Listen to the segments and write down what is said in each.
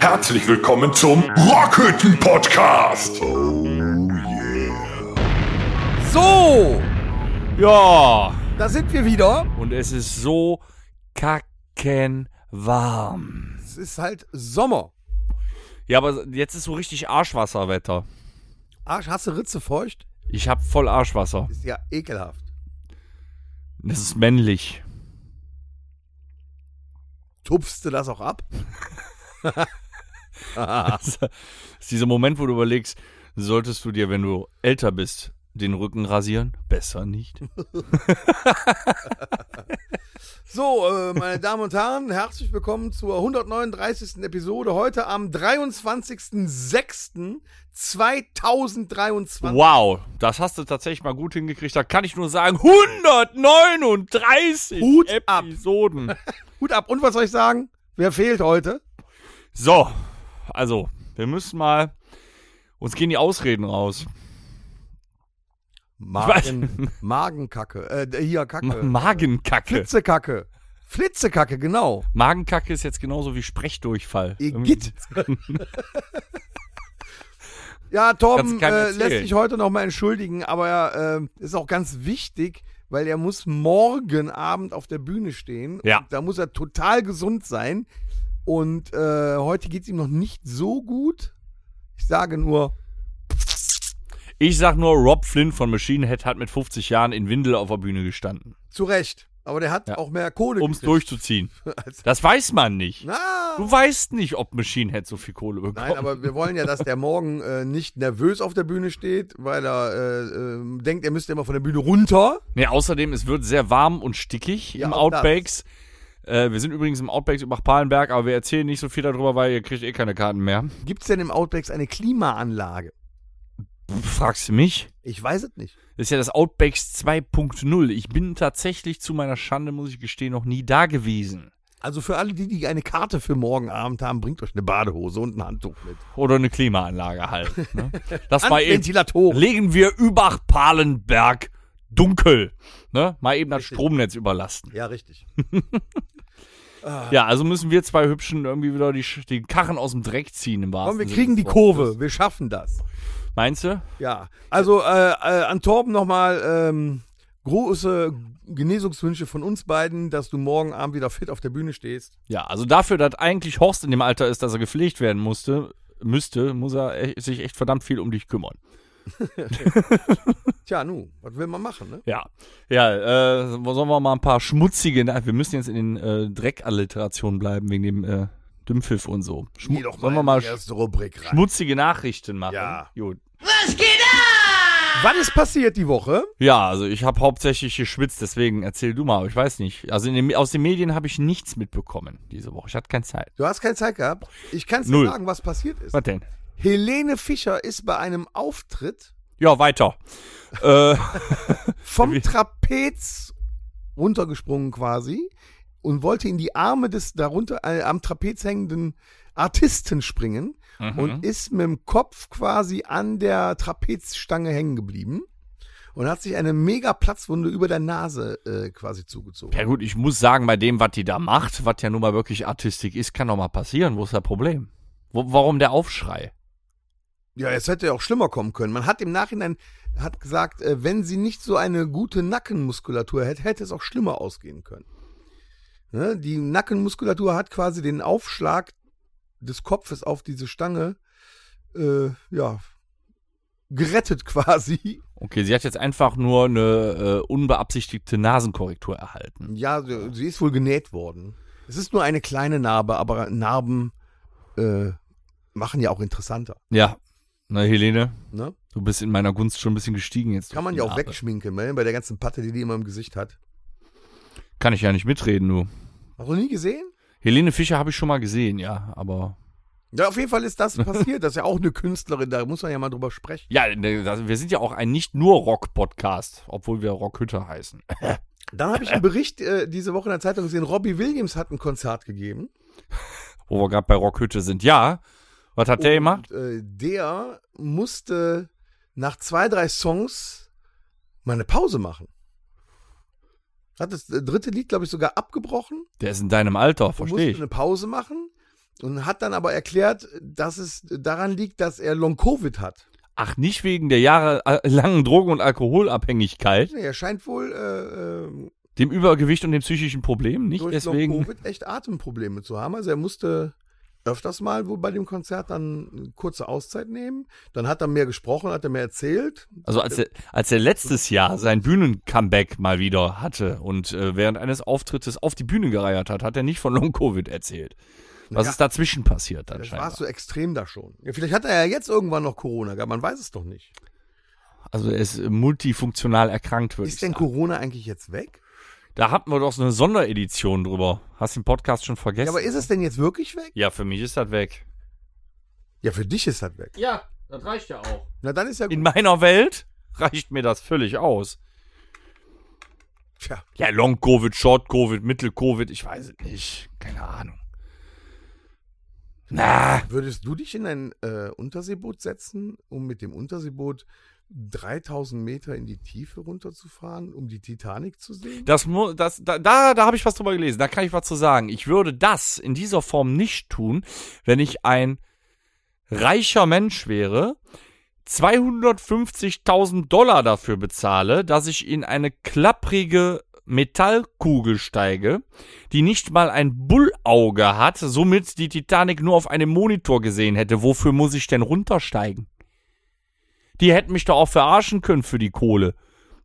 Herzlich willkommen zum Rockhütten Podcast. Oh So, Ja, da sind wir wieder. und es ist so kackenwarm. Es ist halt Sommer. Ja, aber jetzt ist so richtig Arschwasserwetter. Arsch, hast du Ritze feucht? Ich hab voll Arschwasser. Ist ja ekelhaft. Das ist männlich. Tupfst du das auch ab? Das ist dieser Moment, wo du überlegst, solltest du dir, wenn du älter bist, den Rücken rasieren? Besser nicht. So, äh, meine Damen und Herren, herzlich willkommen zur 139. Episode heute am 23.06.2023. Wow, das hast du tatsächlich mal gut hingekriegt. Da kann ich nur sagen, 139 Hut ab. Episoden. Hut ab. Und was soll ich sagen? Wer fehlt heute? So, also, wir müssen mal, uns gehen die Ausreden raus. Magen, Magenkacke. Äh, hier, Kacke. Magenkacke. Flitzekacke. Flitzekacke, genau. Magenkacke ist jetzt genauso wie Sprechdurchfall. Ähm, Igitt. ja, Torben Kannst keinem äh, erzählen. lässt sich heute nochmal entschuldigen, aber er äh, ist auch ganz wichtig, weil er muss morgen Abend auf der Bühne stehen. Ja. Und da muss er total gesund sein. Und äh, heute geht es ihm noch nicht so gut. Ich sage nur, Ich sag nur, Rob Flynn von Machine Head hat mit 50 Jahren in Windel auf der Bühne gestanden, zu Recht. Aber der hat Ja. auch mehr Kohle um es gekriegt. durchzuziehen. Als- Das weiß man nicht. Also Na, Du weißt nicht, ob Machine Head so viel Kohle bekommt. Nein, aber wir wollen ja, dass der morgen äh, nicht nervös auf der Bühne steht, weil er äh, ähm, denkt, er müsste immer von der Bühne runter. nee, außerdem, es wird sehr warm und stickig Ja, im auch das. Outbacks. Äh, wir sind übrigens im Outbacks über Palenberg, aber wir erzählen nicht so viel darüber, weil ihr kriegt eh keine Karten mehr. Gibt es denn im Outbacks eine Klimaanlage? Fragst du mich? Ich weiß es nicht. Das ist ja das Outbacks 2.0. Ich bin tatsächlich zu meiner Schande, muss ich gestehen, noch nie da gewesen. Also für alle, die, die eine Karte für morgen Abend haben, bringt euch eine Badehose und ein Handtuch mit. Oder eine Klimaanlage halt. Ne? Das mal eben. Ventilatoren. Legen wir Übach-Palenberg dunkel. Ne? Mal eben das Stromnetz überlasten. Ja, richtig. Ja, also müssen wir zwei Hübschen irgendwie wieder die, Sch- den Karren aus dem Dreck ziehen im Komm, wahrsten wir Sinne kriegen des die Kurve. Wir schaffen das. Wortes. Meinst du? Ja. Also äh, äh, an Torben nochmal ähm, große Genesungswünsche von uns beiden, dass du morgen Abend wieder fit auf der Bühne stehst. Ja, also dafür, dass eigentlich Horst in dem Alter ist, dass er gepflegt werden musste, müsste, muss er e- sich echt verdammt viel um dich kümmern. Tja, nu, was will man machen, ne? Ja. Ja, äh, wo sollen wir mal ein paar schmutzige. Na, wir müssen jetzt in den äh, Dreckalliterationen bleiben wegen dem äh, Dümpfiff und so. Schmu Geh doch sollen wir mal mal in die erste Rubrik rein. schmutzige Nachrichten machen? Ja. Gut. Was ist passiert die Woche? Ja, also ich habe hauptsächlich geschwitzt, deswegen erzähl du mal, aber ich weiß nicht. Also in den, aus den Medien habe ich nichts mitbekommen diese Woche. Ich hatte keine Zeit. Du hast keine Zeit gehabt. Ich kann dir Null. sagen, was passiert ist. Was denn? Helene Fischer ist bei einem Auftritt Ja, weiter. äh, vom Wie- Trapez runtergesprungen quasi und wollte in die Arme des darunter äh, am Trapez hängenden Artisten springen Mhm. und ist mit dem Kopf quasi an der Trapezstange hängen geblieben und hat sich eine mega Platzwunde über der Nase äh, quasi zugezogen. ja gut, ich muss sagen, bei dem, was die da macht, was ja nun mal wirklich Artistik ist, kann doch mal passieren. Wo ist das Problem? Wo, warum der Aufschrei? Ja, es hätte ja auch schlimmer kommen können. Man hat im Nachhinein hat gesagt, äh, wenn sie nicht so eine gute Nackenmuskulatur hätte, hätte es auch schlimmer ausgehen können. Ne? Die Nackenmuskulatur hat quasi den Aufschlag des Kopfes auf diese Stange, äh, ja, gerettet quasi. Okay, sie hat jetzt einfach nur eine äh, unbeabsichtigte Nasenkorrektur erhalten. Ja, sie sie ist wohl genäht worden. Es ist nur eine kleine Narbe, aber Narben äh, machen ja auch interessanter. Ja. Na, Helene, Ne? du bist in meiner Gunst schon ein bisschen gestiegen jetzt. Kann durch man die ja auch Narbe. wegschminken, ne? bei der ganzen Patte, die die immer im Gesicht hat. Kann ich ja nicht mitreden, du. Hast du nie gesehen? Helene Fischer habe ich schon mal gesehen, ja, aber Ja, auf jeden Fall ist das passiert. Das ist ja auch eine Künstlerin, da muss man ja mal drüber sprechen. Ja, ne, das- wir sind ja auch ein nicht nur Rock-Podcast, obwohl wir Rockhütte heißen. Dann habe ich einen Bericht äh, diese Woche in der Zeitung gesehen, Robbie Williams hat ein Konzert gegeben. Wo wir gerade bei Rockhütte sind. Ja, was hat der gemacht? Und, äh, der musste nach zwei, drei Songs mal eine Pause machen. Hat das äh, dritte Lied, glaube ich, sogar abgebrochen. Der ist in deinem Alter, und verstehe ich. eine Pause machen und hat dann aber erklärt, dass es daran liegt, dass er Long-Covid hat. Ach, nicht wegen der jahrelangen Drogen- und Alkoholabhängigkeit, Er scheint wohl äh, dem Übergewicht und dem psychischen Problem, äh, nicht durch deswegen. Long-Covid echt Atemprobleme zu haben. Also er musste öfters mal wohl bei dem Konzert dann eine kurze Auszeit nehmen. Dann hat er mehr gesprochen, hat er mehr erzählt. Also als er, als er letztes Jahr sein Bühnen-Comeback mal wieder hatte und äh, während eines Auftrittes auf die Bühne gereiert hat, hat er nicht von Long-Covid erzählt. Was Ja. ist dazwischen passiert dann Das scheinbar? war so extrem da schon. Ja, vielleicht hat er ja jetzt irgendwann noch Corona gehabt, man weiß es doch nicht. Also er ist äh, multifunktional erkrankt, würde ich Ist denn sagen. Corona eigentlich jetzt weg? Da hatten wir doch so eine Sonderedition drüber. Hast den Podcast schon vergessen? Ja, aber ist es denn jetzt wirklich weg? Ja, für mich ist das weg. Ja, für dich ist das weg. Ja, das reicht ja auch. Na, dann ist ja gut. In meiner Welt reicht mir das völlig aus. Tja, Ja, Long-Covid, Short-Covid, Mittel-Covid, ich weiß es nicht. Keine Ahnung. Na, würdest du dich in ein äh, Unterseeboot setzen, um mit dem Unterseeboot 3000 Meter in die Tiefe runterzufahren, um die Titanic zu sehen? das, mu- das, da, da, da habe ich was drüber gelesen, da kann ich was zu sagen. Ich würde das in dieser Form nicht tun, wenn ich ein reicher Mensch wäre, 250.000 Dollar dafür bezahle, dass ich in eine klapprige Metallkugel steige, die nicht mal ein Bullauge hat, somit die Titanic nur auf einem Monitor gesehen hätte. Wofür muss ich denn runtersteigen? Die hätten mich doch auch verarschen können für die Kohle.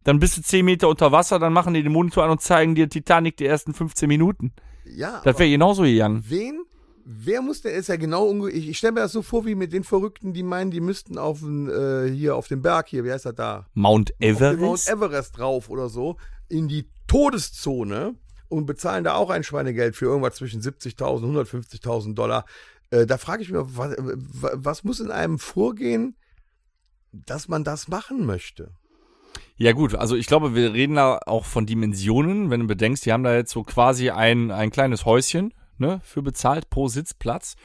Dann bist du 10 Meter unter Wasser, dann machen die den Monitor an und zeigen dir Titanic die ersten 15 Minuten. Ja, Das aber wäre genauso gegangen. wen? Wer muss denn, ist ja genau unge Ich, ich stelle mir das so vor, wie mit den Verrückten, die meinen, die müssten auf den, äh, hier auf dem Berg hier, wie heißt das da? Mount auf den Mount Everest? Everest drauf oder so, in die Todeszone und bezahlen da auch ein Schweinegeld für irgendwas zwischen 70.000 und 150.000 Dollar. Äh, da frage ich mich, was, was muss in einem vorgehen, dass man das machen möchte? Ja gut, also ich glaube, wir reden da auch von Dimensionen, wenn du bedenkst, die haben da jetzt so quasi ein, ein kleines Häuschen ne, für bezahlt pro Sitzplatz,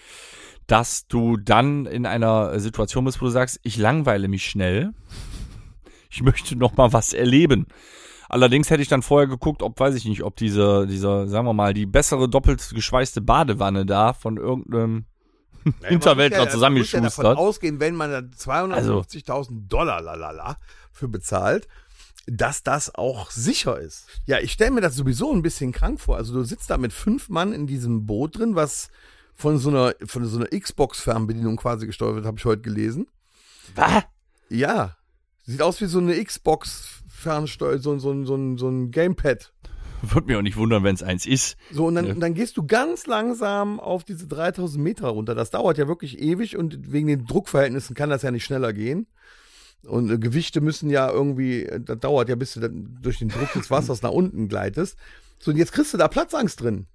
dass du dann in einer Situation bist, wo du sagst, ich langweile mich schnell, ich möchte noch mal was erleben. Allerdings hätte ich dann vorher geguckt, ob, weiß ich nicht, ob diese, dieser, sagen wir mal, die bessere doppelt geschweißte Badewanne da von irgendeinem Hinterwäldler Man muss ja davon zusammengeschustert. ausgehen, wenn man da 250.000 Dollar lalala, für bezahlt, dass das auch sicher ist. Ja, ich stelle mir das sowieso ein bisschen krank vor. Also du sitzt da mit fünf Mann in diesem Boot drin, was von so einer, von so einer Xbox-Fernbedienung quasi gesteuert wird, habe ich heute gelesen. Was? Ja, sieht aus wie so eine Xbox-Fernsteuer, so, ein- so, ein- so, ein- so ein Gamepad. Würde mich auch nicht wundern, wenn es eins ist. So, und dann, Ja. und dann gehst du ganz langsam auf diese 3000 Meter runter. Das dauert ja wirklich ewig und wegen den Druckverhältnissen kann das ja nicht schneller gehen. Und äh, Gewichte müssen ja irgendwie, äh, das dauert ja, bis du dann durch den Druck des Wassers nach unten gleitest. So, und jetzt kriegst du da Platzangst drin.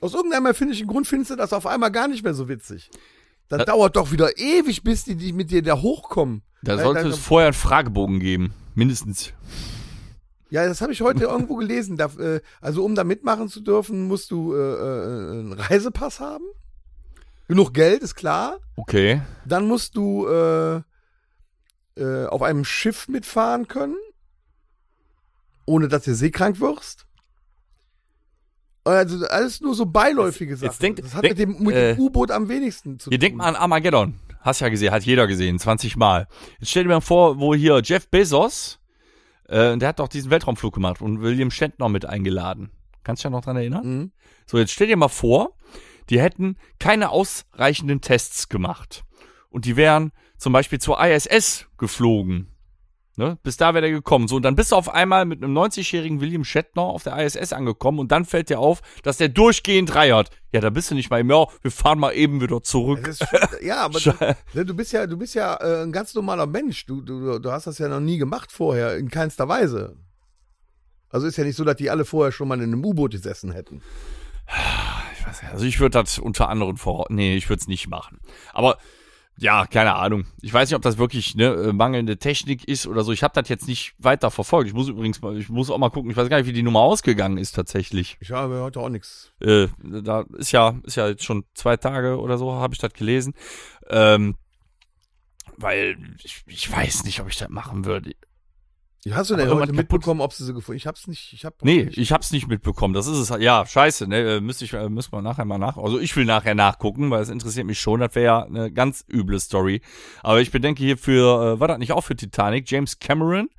Aus irgendeinem erfindlichen Grund findest du das auf einmal gar nicht mehr so witzig. Dann Da- dauert doch wieder ewig, bis die, die mit dir da hochkommen. Da Weil sollte dann- es vorher einen Fragebogen geben. Mindestens. Ja, das habe ich heute irgendwo gelesen. Da, äh, also um da mitmachen zu dürfen, musst du äh, äh, einen Reisepass haben. Genug Geld, ist klar. Okay. Dann musst du äh, äh, auf einem Schiff mitfahren können, ohne dass du seekrank wirst. Also alles nur so beiläufige Sachen. jetzt denkt- das hat denkt- mit dem, mit äh, dem U-Boot am wenigsten zu Ihr tun. denkt mal an Armageddon. Hast ja gesehen, hat jeder gesehen, 20 Mal. Jetzt stell dir mal vor, wo hier Jeff Bezos, äh, der hat doch diesen Weltraumflug gemacht und William Shatner mit eingeladen. Kannst du dich ja noch dran erinnern? Mhm. So, jetzt stell dir mal vor, die hätten keine ausreichenden Tests gemacht. Und die wären zum Beispiel zur ISS geflogen. Ne? Bis da wäre der gekommen. So, und dann bist du auf einmal mit einem 90-jährigen William Shatner auf der ISS angekommen und dann fällt dir auf, dass der durchgehend reiert. Ja, da bist du nicht mal im Jahr. Wir fahren mal eben wieder zurück. Das ist schon, ja, aber du, ne, du bist ja, du bist ja äh, ein ganz normaler Mensch. Du, du, du hast das ja noch nie gemacht vorher, in keinster Weise. Also ist ja nicht so, dass die alle vorher schon mal in einem U-Boot gesessen hätten. Ich weiß nicht, Also ich würde das unter anderem vor. Nee, ich würde es nicht machen. Aber ja, keine Ahnung. Ich weiß nicht, ob das wirklich ne, äh, mangelnde Technik ist oder so. Ich habe das jetzt nicht weiter verfolgt. Ich muss übrigens mal, ich muss auch mal gucken. Ich weiß gar nicht, wie die Nummer ausgegangen ist tatsächlich. Ich habe heute auch nichts. Äh, da ist ja, ist ja jetzt schon zwei Tage oder so, habe ich das gelesen. Ähm, weil ich, ich weiß nicht, ob ich das machen würde. Hast du denn Aber heute irgendwann kaputt- mitbekommen, ob sie sie gefunden Ich hab's nicht. Ich hab Nee, ich, ich hab's nicht mitbekommen. Das ist es. halt. Ja, scheiße, ne? äh, Müsste ich, äh, müssen wir nachher mal nach. Also ich will nachher nachgucken, weil es interessiert mich schon. Das wäre ja eine ganz üble Story. Aber ich bedenke hier für, äh, war das nicht auch für Titanic? James Cameron?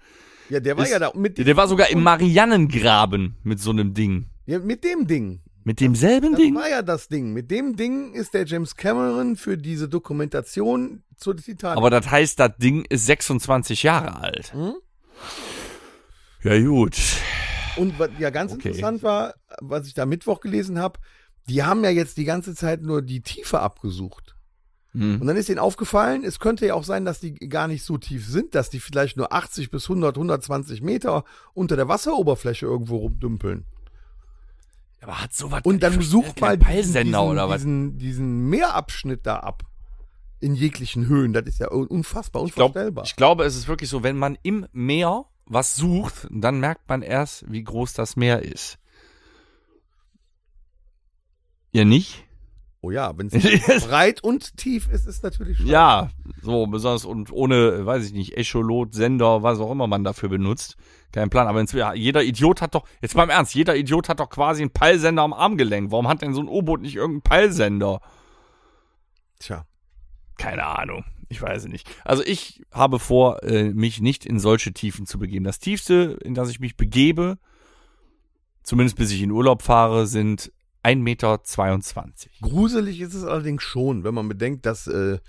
ja, der war ist- ja da mit, Der war sogar im Marianengraben mit so einem Ding. ja, mit dem Ding. Mit demselben Das Ding? war ja das Ding. Mit dem Ding ist der James Cameron für diese Dokumentation zu Titanic. Aber das heißt, das Ding ist 26 Jahre alt. Ja, gut. Und was ja ganz Okay. interessant war, was ich da Mittwoch gelesen habe, die haben ja jetzt die ganze Zeit nur die Tiefe abgesucht. Hm. Und dann ist ihnen aufgefallen, es könnte ja auch sein, dass die gar nicht so tief sind, dass die vielleicht nur 80 bis 100, 120 Meter unter der Wasseroberfläche irgendwo rumdümpeln. Aber hat sowas. Und dann sucht sucht mal diesen, äh, Peilsender oder was? diesen, diesen Meerabschnitt da ab. In jeglichen Höhen. Das ist ja unfassbar, Ich glaub- unvorstellbar. Ich glaube, es ist wirklich so, wenn man im Meer was sucht, dann merkt man erst, wie groß das Meer ist. Ihr nicht? oh ja, wenn es breit und tief ist, ist natürlich schon. ja, so besonders und ohne, weiß ich nicht, Echolot, Sender, was auch immer man dafür benutzt. Kein Plan, aber inzwischen, ja, jeder Idiot hat doch, jetzt mal im Ernst, jeder Idiot hat doch quasi einen Peilsender am Armgelenk. Warum hat denn so ein U-Boot nicht irgendeinen Peilsender? Tja. Keine Ahnung. Ich weiß es nicht. Also ich habe vor, äh, mich nicht in solche Tiefen zu begeben. Das Tiefste, in das ich mich begebe, zumindest bis ich in Urlaub fahre, sind 1,22 Meter. Gruselig ist es allerdings schon, wenn man bedenkt, dass äh,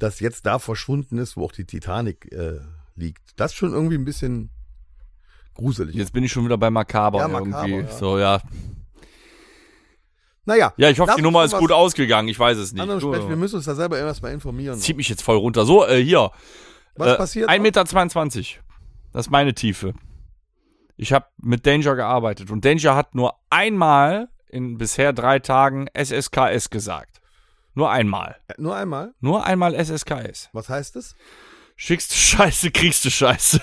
das jetzt da verschwunden ist, wo auch die Titanic äh, liegt. Das ist schon irgendwie ein bisschen gruselig. Jetzt bin ich schon wieder bei Makaber Ja, makaber, irgendwie. ja. So, ja. Naja. Ja, ich hoffe, lass die uns Nummer über ist was gut Oh. ausgegangen. Ich weiß es nicht. anderes Du, Sprechen. Wir müssen uns da selber irgendwas mal informieren. Zieht mich jetzt voll runter. So, äh, hier. Was äh, passiert? 1,22 Meter. Das ist meine Tiefe. Ich habe mit Danger gearbeitet und Danger hat nur einmal in bisher drei Tagen SSKS gesagt. Nur einmal. Nur einmal. Nur einmal SSKS. Was heißt es? Schickst du Scheiße, kriegst du Scheiße.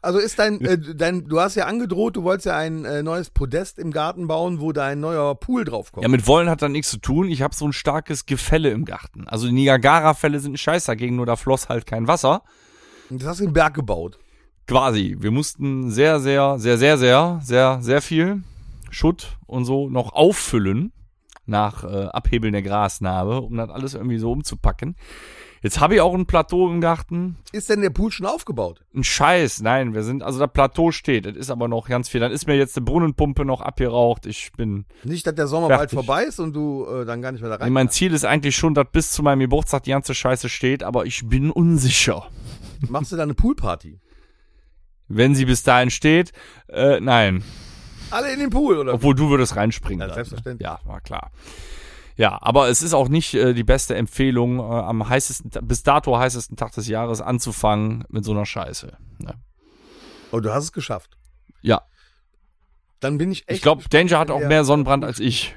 Also ist dein, äh, dein, du hast ja angedroht, du wolltest ja ein äh, neues Podest im Garten bauen, wo dein neuer Pool draufkommt. Ja, mit Wollen hat da nichts zu tun. Ich habe so ein starkes Gefälle im Garten. Also die Niagara-Fälle sind ein Scheiß dagegen, nur da floss halt kein Wasser. Und Das hast du im Berg gebaut. quasi, wir mussten sehr, sehr, sehr, sehr, sehr, sehr, sehr viel Schutt und so noch auffüllen nach äh, Abhebeln der Grasnarbe, um das alles irgendwie so umzupacken. Jetzt habe ich auch ein Plateau im Garten. Ist denn der Pool schon aufgebaut? Ein Scheiß, nein, wir sind, also das Plateau steht, das ist aber noch ganz viel. Dann ist mir jetzt eine Brunnenpumpe noch abgeraucht. Ich bin, Nicht, dass der Sommer Fertig. bald vorbei ist und du äh, dann gar nicht mehr da rein. mein Ziel ist eigentlich schon, dass bis zu meinem Geburtstag die ganze Scheiße steht, aber ich bin unsicher. kannst. Machst du da eine Poolparty? Wenn sie bis dahin steht, äh, nein. Alle in den Pool, oder? Obwohl du würdest reinspringen. Äh, Ja, dann, ne? selbstverständlich. Ja, war klar. Ja, aber es ist auch nicht äh, die beste Empfehlung, äh, am heißesten, Ta- bis dato heißesten Tag des Jahres anzufangen mit so einer Scheiße. Ne? Oh, du hast es geschafft. Ja, Dann bin ich echt. ich glaube, Danger hat wenn auch der- mehr Sonnenbrand als ich.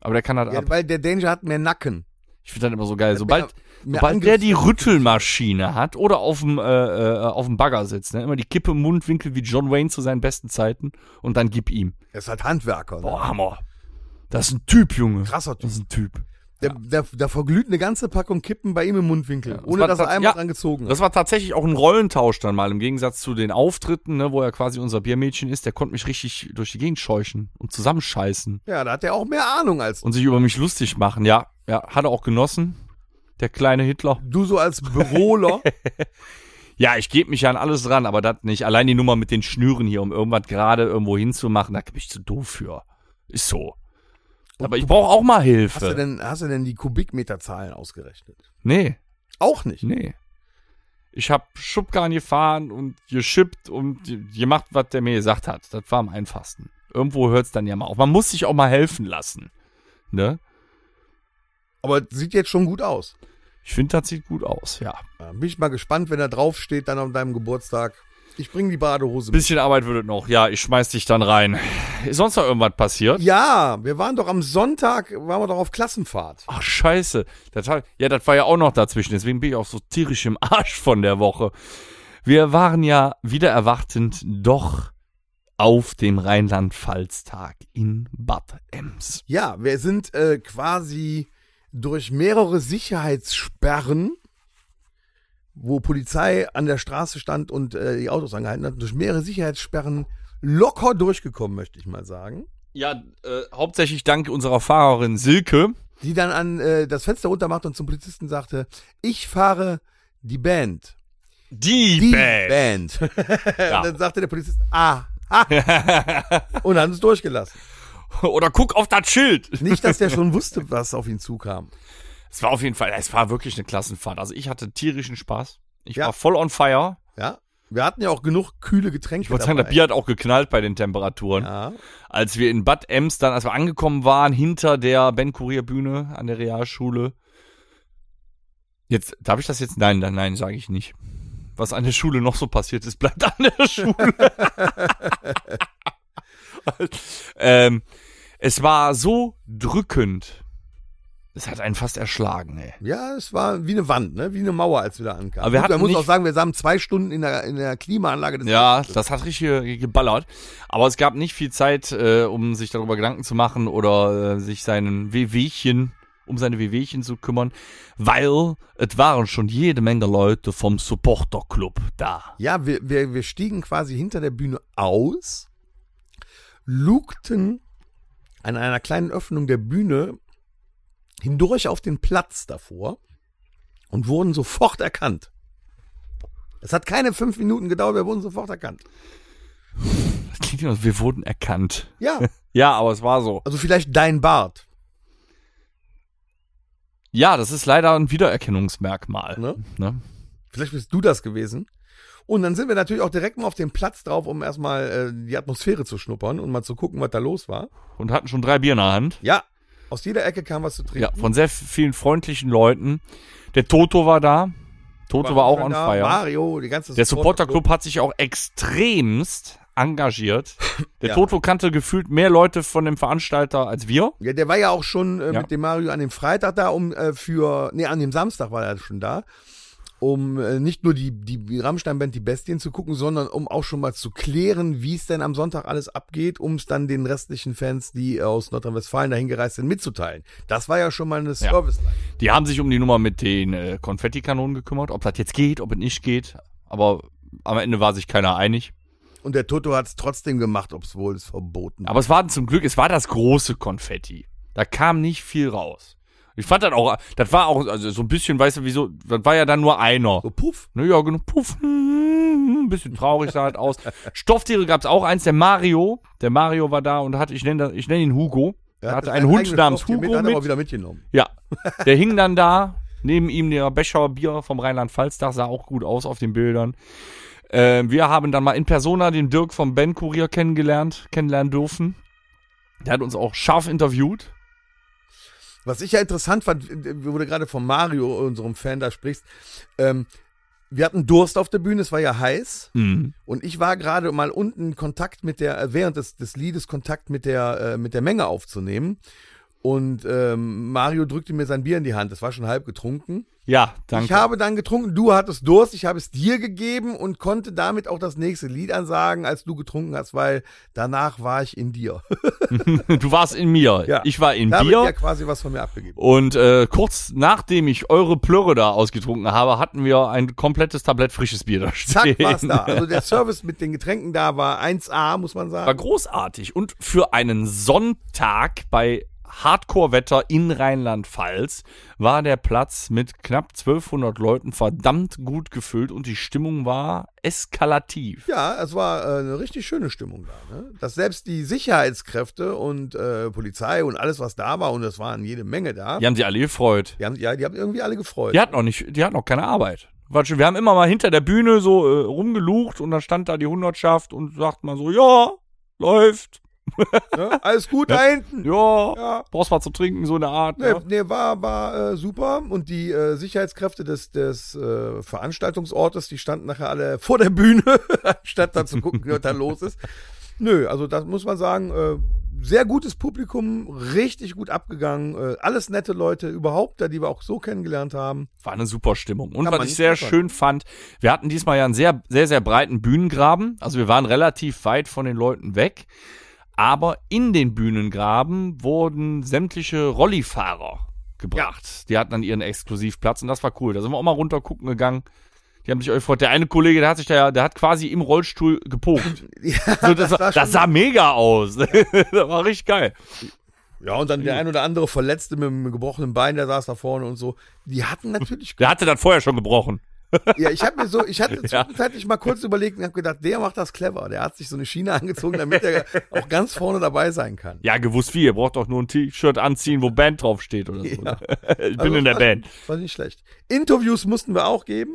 Aber der kann halt ab. ja, weil der Danger hat mehr Nacken. Ich finde das immer so geil. Sobald, mehr sobald der die Angriffs- Rüttelmaschine hat oder auf dem äh, äh, auf dem Bagger sitzt, ne? immer die Kippe im Mundwinkel wie John Wayne zu seinen besten Zeiten und dann gib ihm. Er ist halt Handwerker. Ne? Boah, Hammer. Das ist ein Typ, Junge. Krasser Typ. Das ist ein Typ. Der, der, der verglüht eine ganze Packung Kippen bei ihm im Mundwinkel, das ohne war- dass er das- einmal ja. dran gezogen hat. Das war tatsächlich auch ein Rollentausch dann mal, im Gegensatz zu den Auftritten, ne, wo er quasi unser Biermädchen ist, der konnte mich richtig durch die Gegend scheuchen und zusammenscheißen Ja, da hat er auch mehr Ahnung als und sich über mich lustig machen. Ja, ja, hat er auch genossen, der kleine Hitler. du so als Büroler. Ja, ich gebe mich ja an alles dran, aber das nicht. Allein die Nummer mit den Schnüren hier, um irgendwas gerade irgendwo hinzumachen, da bin ich zu doof für. Ist so. Aber ich brauche auch mal hast, du Hilfe. denn, hast du denn die Kubikmeterzahlen ausgerechnet? Nee, Auch nicht. nee. Ich hab Schubkarren gefahren und geschippt und gemacht, was der mir gesagt hat. Das war am einfachsten. Irgendwo hört's dann ja mal auf. Man muss sich auch mal helfen lassen. Ne? Aber es sieht jetzt schon gut aus. Ich finde, das sieht gut aus, ja. Ja, bin ich mal gespannt, wenn er draufsteht, dann an deinem Geburtstag. Ich bringe die Badehose mit. Bisschen Arbeit würdet noch. Ja, ich schmeiß dich dann rein. Ist sonst noch irgendwas passiert? Ja, wir waren doch am Sonntag, waren wir doch auf Klassenfahrt. Ach, scheiße. Das hab, ja, das war ja auch noch dazwischen. Deswegen bin ich auch so tierisch im Arsch von der Woche. Wir waren ja wieder erwartend doch auf dem Rheinland-Pfalz-Tag in Bad Ems. Ja, wir sind äh, quasi durch mehrere Sicherheitssperren wo Polizei an der Straße stand und äh, die Autos angehalten hat, durch mehrere Sicherheitssperren locker durchgekommen, möchte ich mal sagen. Ja, äh, hauptsächlich dank unserer Fahrerin Silke. Die dann an äh, das Fenster runtermacht und zum Polizisten sagte, ich fahre die Band. Die, Die Band. Band. und dann sagte der Polizist, ah. ah. und haben es durchgelassen. Oder guck auf das Schild. Nicht, dass der schon wusste, was auf ihn zukam. Es war auf jeden Fall, es war wirklich eine Klassenfahrt. Also ich hatte tierischen Spaß. Ich Ja. war voll on fire. Ja. Wir hatten ja auch genug kühle Getränke. Ich wollte sagen, das Bier hat auch geknallt bei den Temperaturen. Ja. Als wir in Bad Ems dann, als wir angekommen waren, hinter der Ben Kurier Bühne an der Realschule. Jetzt, darf ich das jetzt? Nein, nein, nein, sage ich nicht. Was an der Schule noch so passiert ist, bleibt an der Schule. ähm, es war so drückend. Es hat einen fast erschlagen, ey. Ja, es war wie eine Wand, ne? wie eine Mauer, als wir da ankamen. Aber wir man hatten muss auch nicht- sagen, wir saßen zwei Stunden in der, in der Klimaanlage des Ja, das hat richtig äh, geballert. Aber es gab nicht viel Zeit, äh, um sich darüber Gedanken zu machen oder äh, sich seinen Wehwehchen, um seine Wehwehchen zu kümmern, weil es waren schon jede Menge Leute vom Supporterclub da. Ja, wir, wir, wir stiegen quasi hinter der Bühne aus, lugten an einer kleinen Öffnung der Bühne hindurch auf den Platz davor und wurden sofort erkannt. Es hat keine fünf Minuten gedauert, wir wurden sofort erkannt. Das klingt immer, so, wir wurden erkannt. Ja, Ja, aber es war so. also vielleicht dein Bart. Ja, das ist leider ein Wiedererkennungsmerkmal. Ne? Ne? Vielleicht bist du das gewesen. Und dann sind wir natürlich auch direkt mal auf den Platz drauf, um erstmal äh, die Atmosphäre zu schnuppern und mal zu gucken, was da los war. Und hatten schon drei Bier in der Hand. Ja, aus jeder Ecke kam was zu trinken. Ja, von sehr vielen freundlichen Leuten. Der Toto war da. Toto war, auch on da, fire. Mario, die ganze Der Supporterclub hat sich auch extremst engagiert. Der Ja. Toto kannte gefühlt mehr Leute von dem Veranstalter als wir. Ja, der war ja auch schon äh, Ja. mit dem Mario an dem Freitag da, um äh, für, nee, an dem Samstag war er schon da, um äh, nicht nur die, die Rammstein-Band, die Bestien zu gucken, sondern um auch schon mal zu klären, wie es denn am Sonntag alles abgeht, um es dann den restlichen Fans, die äh, aus Nordrhein-Westfalen dahin gereist sind, mitzuteilen. Das war ja schon mal eine service -Line. Die haben sich um die Nummer mit den äh, Konfettikanonen gekümmert, ob das jetzt geht, ob es nicht geht. Aber am Ende war sich keiner einig. Und der Toto hat es trotzdem gemacht, obwohl es verboten war. Aber es war zum Glück, es war das große Konfetti. Da kam nicht viel raus. Ich fand das auch, das war auch, also so ein bisschen, weißt du, wieso, das war ja dann nur einer. So, puff. Ne, ja, genau. Puff. Ein bisschen traurig sah halt aus. Stofftiere gab's auch eins, der Mario. Der Mario war da und hatte, ich nenne ich nenn ihn Hugo. Er hatte, einen sein Hund eigenes namens Stofftier Hugo Mit, hat er mit. aber wieder mitgenommen. Ja. Der hing dann da. Neben ihm der Becher Bier vom Rheinland-Pfalz-Tag sah auch gut aus auf den Bildern. Ähm, wir haben dann mal in Persona den Dirk vom Ben Kurier kennengelernt, kennenlernen dürfen. Der hat uns auch scharf interviewt. Was ich ja interessant fand, äh, wo du gerade von Mario, unserem Fan, da sprichst, ähm, wir hatten Durst auf der Bühne, es war ja heiß. Und ich war gerade mal unten in Kontakt mit der, äh, während des, des Liedes Kontakt mit der, äh, mit der Menge aufzunehmen. Und ähm, Mario drückte mir sein Bier in die Hand, das war schon halb getrunken. Ja, danke. Ich habe dann getrunken, du hattest Durst, ich habe es dir gegeben und konnte damit auch das nächste Lied ansagen, als du getrunken hast, weil danach war ich in dir. du warst in mir. Ja. Ich war in da dir. ja quasi was von mir abgegeben. Und äh, kurz nachdem ich eure Plörre da ausgetrunken habe, hatten wir ein komplettes Tablett frisches Bier da stehen. Zack, war's da. Also der Service mit den Getränken da war 1A, muss man War sagen. großartig. Und für einen Sonntag bei Hardcore-Wetter in Rheinland-Pfalz war der Platz mit knapp 1200 Leuten verdammt gut gefüllt und die Stimmung war eskalativ. Ja, es war äh, eine richtig schöne Stimmung da. Ne? Dass selbst die Sicherheitskräfte und äh, Polizei und alles, was da war, und es waren jede Menge da, Die haben sich alle gefreut. die, haben, ja, die haben irgendwie alle gefreut. Die hat noch nicht, die hat noch keine Arbeit. War schön. Wir haben immer mal hinter der Bühne so äh, rumgelucht und dann stand da die Hundertschaft und sagt mal so, ja, läuft, Ne? Alles gut da hinten. ja, Ja. brauchst was zu trinken, so eine Art. Nee, Ne? nee, war, war äh, super. Und die äh, Sicherheitskräfte des, des äh, Veranstaltungsortes, die standen nachher alle vor der Bühne, statt da zu gucken, was da los ist. Nö, also das muss man sagen, äh, sehr gutes Publikum, richtig gut abgegangen. Äh, alles nette Leute überhaupt, da die wir auch so kennengelernt haben. War eine super Stimmung. Kann Und man was ich nicht sehr meckern. schön fand, wir hatten diesmal ja einen sehr, sehr, sehr breiten Bühnengraben. Also wir waren relativ weit von den Leuten weg. Aber in den Bühnengraben wurden sämtliche Rollifahrer gebracht. Die hatten dann ihren Exklusivplatz und das war cool. Da sind wir auch mal runter gucken gegangen. Die haben sich euch gefreut. Der eine Kollege, der hat sich da, der hat quasi im Rollstuhl gepokt. Ja, So, das, war sah, das schon- sah mega aus. das war richtig geil. ja, und dann der ein oder andere Verletzte mit einem gebrochenen Bein, der saß da vorne und so. Die hatten natürlich. Der hatte das vorher schon gebrochen. ja, ich habe mir so, ich hatte zwischenzeitlich mal kurz überlegt und habe gedacht, der macht das clever. Der hat sich so eine Schiene angezogen, damit er auch ganz vorne dabei sein kann. Ja, gewusst wie. Ihr braucht doch nur ein T-Shirt anziehen, wo Band draufsteht oder so. Ja. Ich bin Also in der Band. War nicht schlecht. Interviews mussten wir auch geben.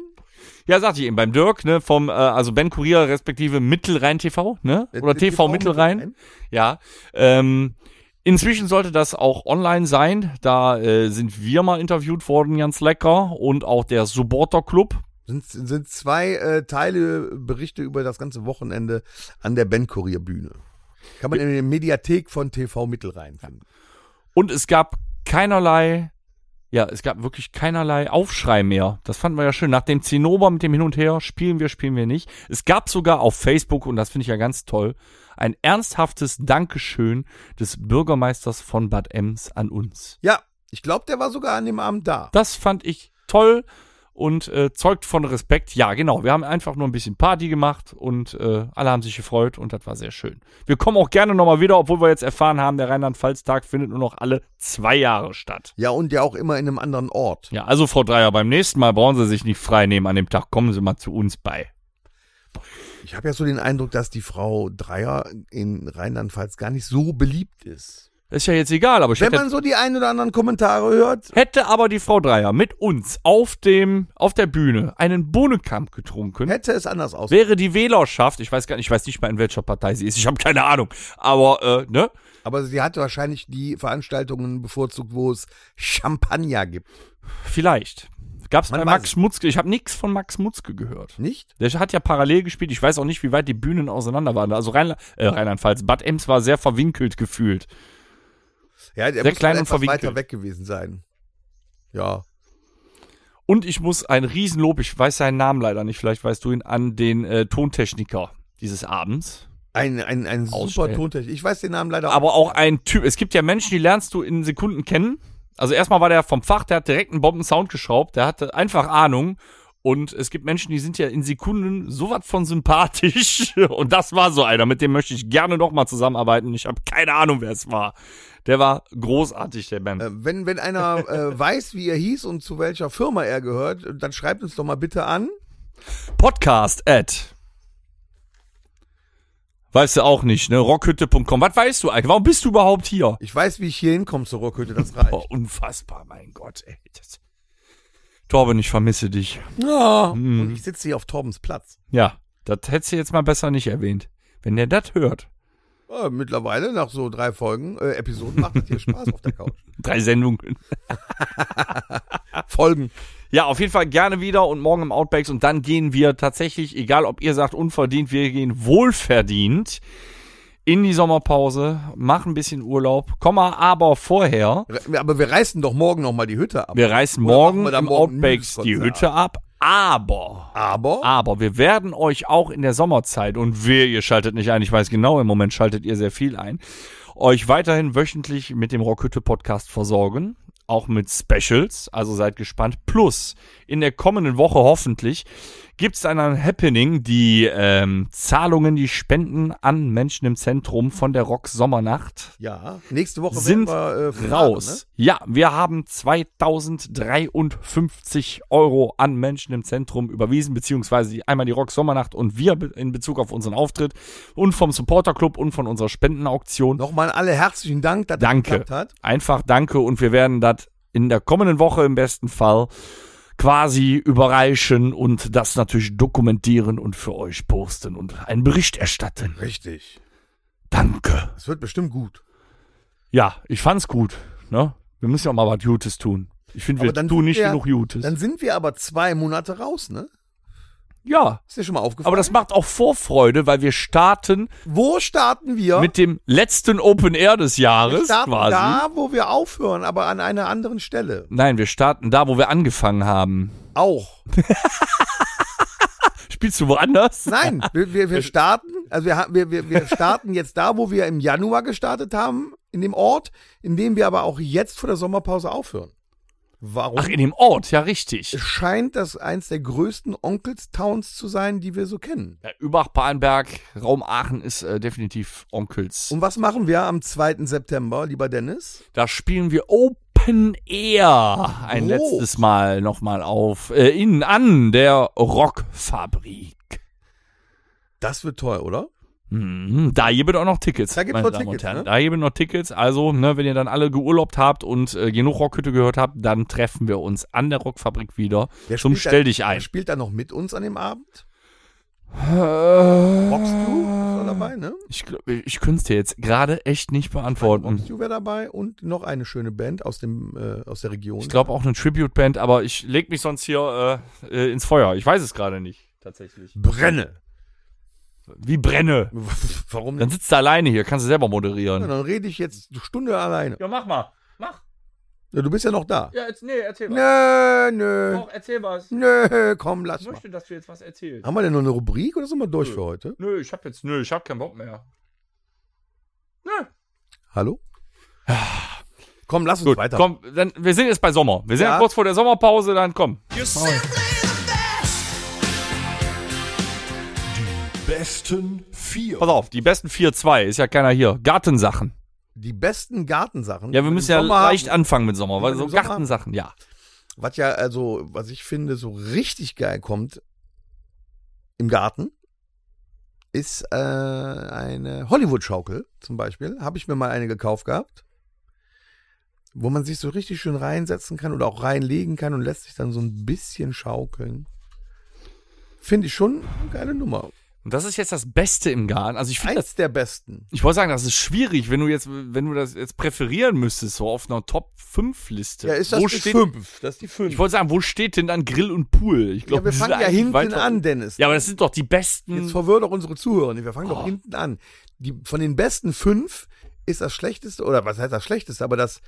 Ja, sagte ich eben beim Dirk, ne, vom äh, also Ben Kurier respektive Mittelrhein TV, ne? Äh, Oder TV, Mittelrhein. Ja. Ähm, inzwischen sollte das auch online sein. Da äh, sind wir mal interviewt worden, ganz lecker und auch der Supporter Club. Sind, sind zwei äh, Teile Berichte über das ganze Wochenende an der Bandkurierbühne. Kann man in der Mediathek von TV Mittelrhein finden. Und es gab keinerlei, ja, es gab wirklich keinerlei Aufschrei mehr. Das fanden wir ja schön. Nach dem Zinnober mit dem Hin und Her, spielen wir, spielen wir nicht. Es gab sogar auf Facebook, und das finde ich ja ganz toll, ein ernsthaftes Dankeschön des Bürgermeisters von Bad Ems an uns. Ja, ich glaube, der war sogar an dem Abend da. Das fand ich toll und äh, zeugt von Respekt. Ja, genau. Wir haben einfach nur ein bisschen Party gemacht und äh, alle haben sich gefreut und das war sehr schön. Wir kommen auch gerne nochmal wieder, obwohl wir jetzt erfahren haben, der Rheinland-Pfalz-Tag findet nur noch alle zwei Jahre statt. Ja, und ja auch immer in einem anderen Ort. Ja, also Frau Dreier, beim nächsten Mal brauchen Sie sich nicht frei nehmen an dem Tag. Kommen Sie mal zu uns bei. Ich habe ja so den Eindruck, dass die Frau Dreier in Rheinland-Pfalz gar nicht so beliebt ist. Ist ja jetzt egal, aber ich Wenn hätte, man so die ein oder anderen Kommentare hört, hätte aber die Frau Dreier mit uns auf dem auf der Bühne einen Bohnenkamp getrunken, hätte es anders aus. wäre die Wählerschaft, ich weiß gar nicht, ich weiß nicht mal in welcher Partei sie ist, ich habe keine Ahnung, aber äh, ne, Aber sie hatte wahrscheinlich die Veranstaltungen bevorzugt, wo es Champagner gibt. vielleicht gab's Man bei weiß Max es. Mutzke, ich habe nichts von Max Mutzke gehört. Nicht? Der hat ja parallel gespielt. Ich weiß auch nicht, wie weit die Bühnen auseinander waren. Also Rheinla äh, Rheinland-Pfalz, Bad Ems war sehr verwinkelt gefühlt. Ja, der Sehr muss klein halt und etwas verwinkelt. weiter weg gewesen sein. Ja. Und ich muss ein Riesenlob, ich weiß seinen Namen leider nicht, vielleicht weißt du ihn, an den äh, Tontechniker dieses Abends. Ein, ein, ein super Ausstellen. Tontechnik. Ich weiß den Namen leider Aber auch ein Typ, es gibt ja Menschen, die lernst du in Sekunden kennen. Also erstmal war der vom Fach, der hat direkt einen Bomben-Sound geschraubt, der hatte einfach Ahnung. Und es gibt Menschen, die sind ja in Sekunden so was von sympathisch. Und das war so einer, mit dem möchte ich gerne nochmal zusammenarbeiten. Ich habe keine Ahnung, wer es war. Der war großartig, der Ben. Äh, Wenn, wenn einer äh, weiß, wie er hieß und zu welcher Firma er gehört, dann schreibt uns doch mal bitte an. Podcast at. Weißt du auch nicht, ne? Rockhütte.com. Was weißt du eigentlich? Warum bist du überhaupt hier? Ich weiß, wie ich hier hinkomme zur Rockhütte, das reicht. Oh, unfassbar, mein Gott, ey. Das Torben, ich vermisse dich. Ah. Ja. Und ich sitze hier auf Torbens Platz. Ja, das hättest du jetzt mal besser nicht erwähnt. Wenn der das hört. Äh, mittlerweile, nach so drei Folgen, äh, Episoden, macht es hier Spaß auf der Couch. Drei Sendungen. Folgen. Ja, auf jeden Fall gerne wieder und morgen im Outbacks und dann gehen wir tatsächlich, egal ob ihr sagt unverdient, wir gehen wohlverdient in die Sommerpause, machen ein bisschen Urlaub, kommen aber vorher. Re- Aber wir reißen doch morgen nochmal die Hütte ab. Wir reißen Oder machen morgen wir dann im morgen ein Outbacks die Nudiskonzert? Hütte ab, aber, Aber, aber wir werden euch auch in der Sommerzeit und wir, ihr schaltet nicht ein, ich weiß genau, im Moment schaltet ihr sehr viel ein, euch weiterhin wöchentlich mit dem Rockhütte Podcast versorgen, auch mit Specials, also seid gespannt. Plus, in der kommenden Woche hoffentlich gibt's dann ein Happening, die ähm, Zahlungen, die Spenden an Menschen im Zentrum von der Rock Sommernacht ja, nächste Woche sind werden wir, äh, raus. Ja, wir haben 2053 Euro an Menschen im Zentrum überwiesen, beziehungsweise die- einmal die Rock Sommernacht und wir be- in Bezug auf unseren Auftritt und vom Supporter Club und von unserer Spendenauktion. Nochmal alle herzlichen Dank, dass das Danke. geklappt hat. Einfach danke und wir werden das in der kommenden Woche im besten Fall quasi überreichen und das natürlich dokumentieren und für euch posten und einen Bericht erstatten. Richtig. Danke. Es wird bestimmt gut. Ja, ich fand's gut. Ne? Wir müssen ja auch mal was Gutes tun. Ich finde, wir Aber dann tun sind nicht wir- genug Gutes. Dann sind wir aber zwei Monate raus, ne? ja, Ist dir schon mal aufgefallen? aber das macht auch Vorfreude, weil wir starten Wo starten wir? mit dem letzten Open Air des wir Jahres starten quasi. da, wo wir aufhören, aber an einer anderen Stelle. Nein, wir starten da, wo wir angefangen haben. Auch. Spielst du woanders? Nein, wir, wir, wir starten, also wir, ha- wir, wir, wir starten jetzt da, wo wir im Januar gestartet haben, in dem Ort, in dem wir aber auch jetzt vor der Sommerpause aufhören. Warum? Ach, in dem Ort, ja, richtig. es scheint das eins der größten Onkelstowns zu sein, die wir so kennen. Ja, Übach-Palenberg, Raum Aachen ist äh, definitiv Onkels. Und was machen wir am 2. September, lieber Dennis? Da spielen wir Open Air ein Groß. letztes Mal nochmal auf, äh, innen an der Rockfabrik. Das wird toll, oder? Mhm, Da gibt es auch noch Tickets. Da gibt's meine noch Damen und Tickets, Herren. ne? Da gibt es noch Tickets. Also, ne, wenn ihr dann alle geurlaubt habt und äh, genug Rockhütte gehört habt, dann treffen wir uns an der Rockfabrik wieder spielt zum da- Stell dich Wer ein. spielt da noch mit uns an dem Abend? Box Du war Äh, dabei, ne? ich glaub, ich könnte es dir jetzt gerade echt nicht Box beantworten. Du wäre dabei und noch eine schöne Band aus, dem, äh, aus der Region. Ich glaube auch eine Tribute-Band, aber ich leg mich sonst hier äh, äh, ins Feuer. Ich weiß es gerade nicht, tatsächlich. Brenne. Wie brenne. Warum denn? Dann sitzt du alleine hier, kannst du selber Ja, moderieren. dann rede ich jetzt eine Stunde alleine. Ja, mach mal. Mach. Ja, Du bist ja noch da. Ja, jetzt, nee, erzähl Nö, nö. erzähl was. Nö, komm, lass mal. dass du jetzt was erzählst. Haben wir denn noch eine Rubrik oder sind wir durch für heute? Nö, ich hab jetzt, nö, ich hab keinen Bock mehr. Nö. Hallo? Ah, Komm, lass uns Gut, weiter. komm, dann, wir sind jetzt bei Sommer. Wir sind Ja. ja. kurz vor der Sommerpause, dann komm. Besten vier. Pass auf, die besten 4-2, ist ja keiner hier. Gartensachen. Die besten Gartensachen. Ja, wir im müssen ja Sommer- leicht anfangen mit Sommer, weil Im so Sommer- Gartensachen, ja. Was ja, also, was ich finde, so richtig geil kommt im Garten, ist äh, eine Hollywood-Schaukel zum Beispiel. Habe ich mir mal eine gekauft gehabt, wo man sich so richtig schön reinsetzen kann oder auch reinlegen kann und lässt sich dann so ein bisschen schaukeln. Finde ich schon eine geile Nummer. Und das ist jetzt das Beste im Garten. Also ich finde das Eins der besten. Ich wollte sagen, das ist schwierig, wenn du jetzt, wenn du das jetzt präferieren müsstest, so auf einer Top 5 Liste. Ja, ist das wo die steht, fünf? Das ist die Ich fünf. wollte sagen, wo steht denn dann Grill und Pool? Ich Ja, glaube, wir fangen ja hinten an, Dennis. Ja, aber das sind doch die Jetzt besten. verwirrt doch unsere Zuhörer nicht. Wir fangen doch Hm. Oh. hinten an. Die, von den besten fünf ist das schlechteste, oder was heißt das schlechteste, aber das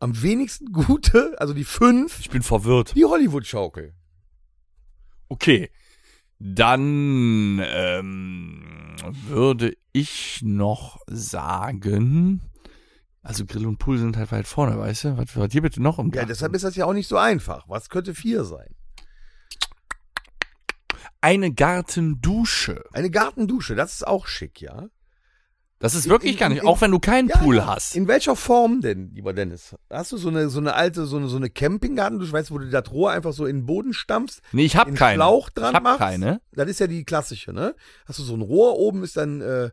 am wenigsten gute, also die fünf, Ich bin verwirrt. die Hollywood-Schaukel. Okay. Dann ähm, würde ich noch sagen. Also Grill und Pool sind halt weit vorne, weißt du? Was wird hier bitte noch im Ja, Garten? deshalb ist das ja auch nicht so einfach. Was könnte vier sein? Eine Gartendusche. Eine Gartendusche, das ist auch schick, ja? Das ist wirklich in- gar nicht, in- auch wenn du keinen ja, Pool ja. hast. In welcher Form denn, lieber Dennis? Hast du so eine, so eine alte, so eine, so eine Campinggartendusche, weißt du, wo du das Rohr einfach so in den Boden stampfst, nee, ich hab den keinen. Schlauch dran ich hab machst? keine. Das ist ja die klassische, ne? Hast du so ein Rohr, oben ist dann äh,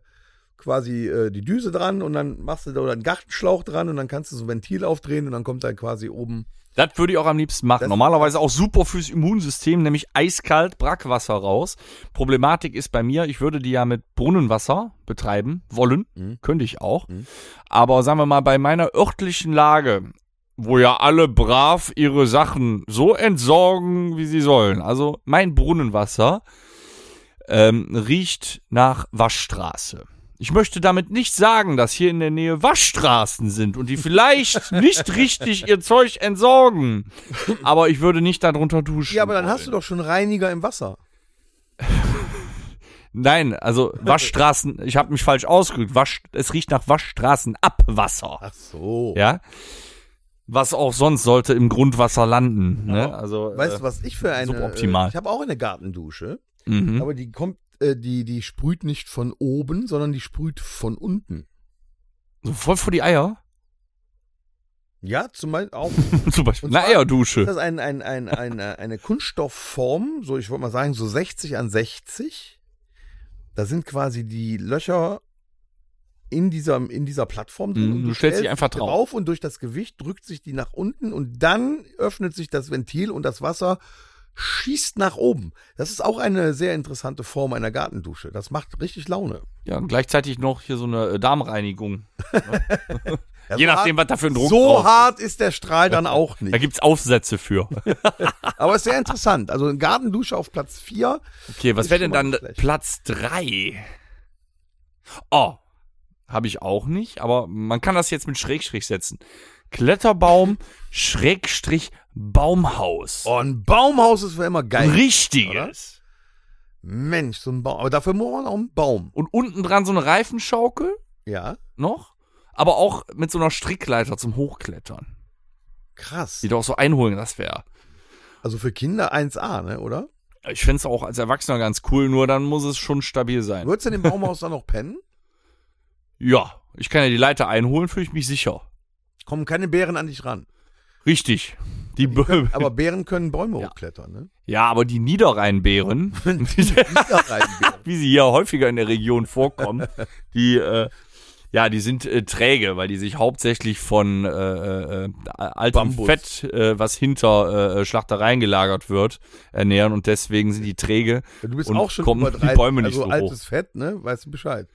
quasi äh, die Düse dran und dann machst du da oder einen Gartenschlauch dran und dann kannst du so ein Ventil aufdrehen und dann kommt dann quasi oben. Das würde ich auch am liebsten machen. Das- Normalerweise auch super fürs Immunsystem, nämlich eiskalt Brackwasser raus. Problematik ist bei mir, ich würde die ja mit Brunnenwasser betreiben wollen, Mhm. könnte ich auch. Mhm. Aber sagen wir mal, bei meiner örtlichen Lage, wo ja alle brav ihre Sachen so entsorgen, wie sie sollen. Also mein Brunnenwasser ähm, riecht nach Waschstraße. Ich möchte damit nicht sagen, dass hier in der Nähe Waschstraßen sind und die vielleicht nicht richtig ihr Zeug entsorgen. Aber ich würde nicht darunter duschen. Ja, aber dann wollen. hast du doch schon Reiniger im Wasser. Nein, also Waschstraßen, ich habe mich falsch ausgedrückt. Wasch, es riecht nach Waschstraßenabwasser. Ach so. Ja. Was auch sonst sollte im Grundwasser landen. Ne? Also, Weißt du, was ich für eine. suboptimal. Äh, ich habe auch eine Gartendusche, äh, mhm. aber die kommt, äh, die, die sprüht nicht von oben, sondern die sprüht von unten. so voll vor die Eier. Ja, zum Beispiel auch. Zum Beispiel. Und Eine zwar- Eierdusche. Das ist ein, ein, ein, ein, äh, eine Kunststoffform, so ich würde mal sagen, so 60 an 60. Da sind quasi die Löcher in dieser, in dieser Plattform drin. Mhm, und du stellst dich einfach drauf. und durch das Gewicht drückt sich die nach unten und dann öffnet sich das Ventil und das Wasser schießt nach oben. Das ist auch eine sehr interessante Form einer Gartendusche. Das macht richtig Laune. Ja, und gleichzeitig noch hier so eine äh, Darmreinigung. Ja, Je so nachdem, hart, was da für ein Druck So drauf ist. hart ist der Strahl dann auch Da nicht. gibt's Aufsätze für. Aber ist sehr interessant. Also eine Gartendusche auf Platz 4 Okay, was Ist wäre schon denn mal dann nicht schlecht. Platz 3? Oh, habe ich auch nicht, aber man kann das jetzt mit Schrägstrich setzen. Kletterbaum, Schrägstrich, Baumhaus. Oh, ein Baumhaus ist für immer geil. Richtiges. Mensch, so ein Baum. Aber dafür braucht man auch einen Baum. Und unten dran so eine Reifenschaukel Ja. noch, aber auch mit so einer Strickleiter zum Hochklettern. Krass. Die doch so einholen, das wäre. Also für Kinder 1A, ne, oder? Ich find's auch als Erwachsener ganz cool, nur dann muss es schon stabil sein. Würdest du in dem Baumhaus dann noch pennen? Ja, ich kann ja die Leiter einholen, fühle ich mich sicher. Kommen keine Bären an dich ran. Richtig. Die Bö Aber Bären können Bäume Ja. hochklettern, ne? ja, aber die Niederrheinbären, Da rein, Bären. wie sie hier häufiger in der Region vorkommen, die, äh, ja, die sind äh, träge, weil die sich hauptsächlich von äh, äh, äh, altem Bambus. Fett, äh, was hinter äh, äh, Schlachtereien gelagert wird, ernähren und deswegen sind die träge. Du bist und auch schon kommen über 30, die Bäume nicht also so hoch. altes Fett, ne? Weißt du Bescheid.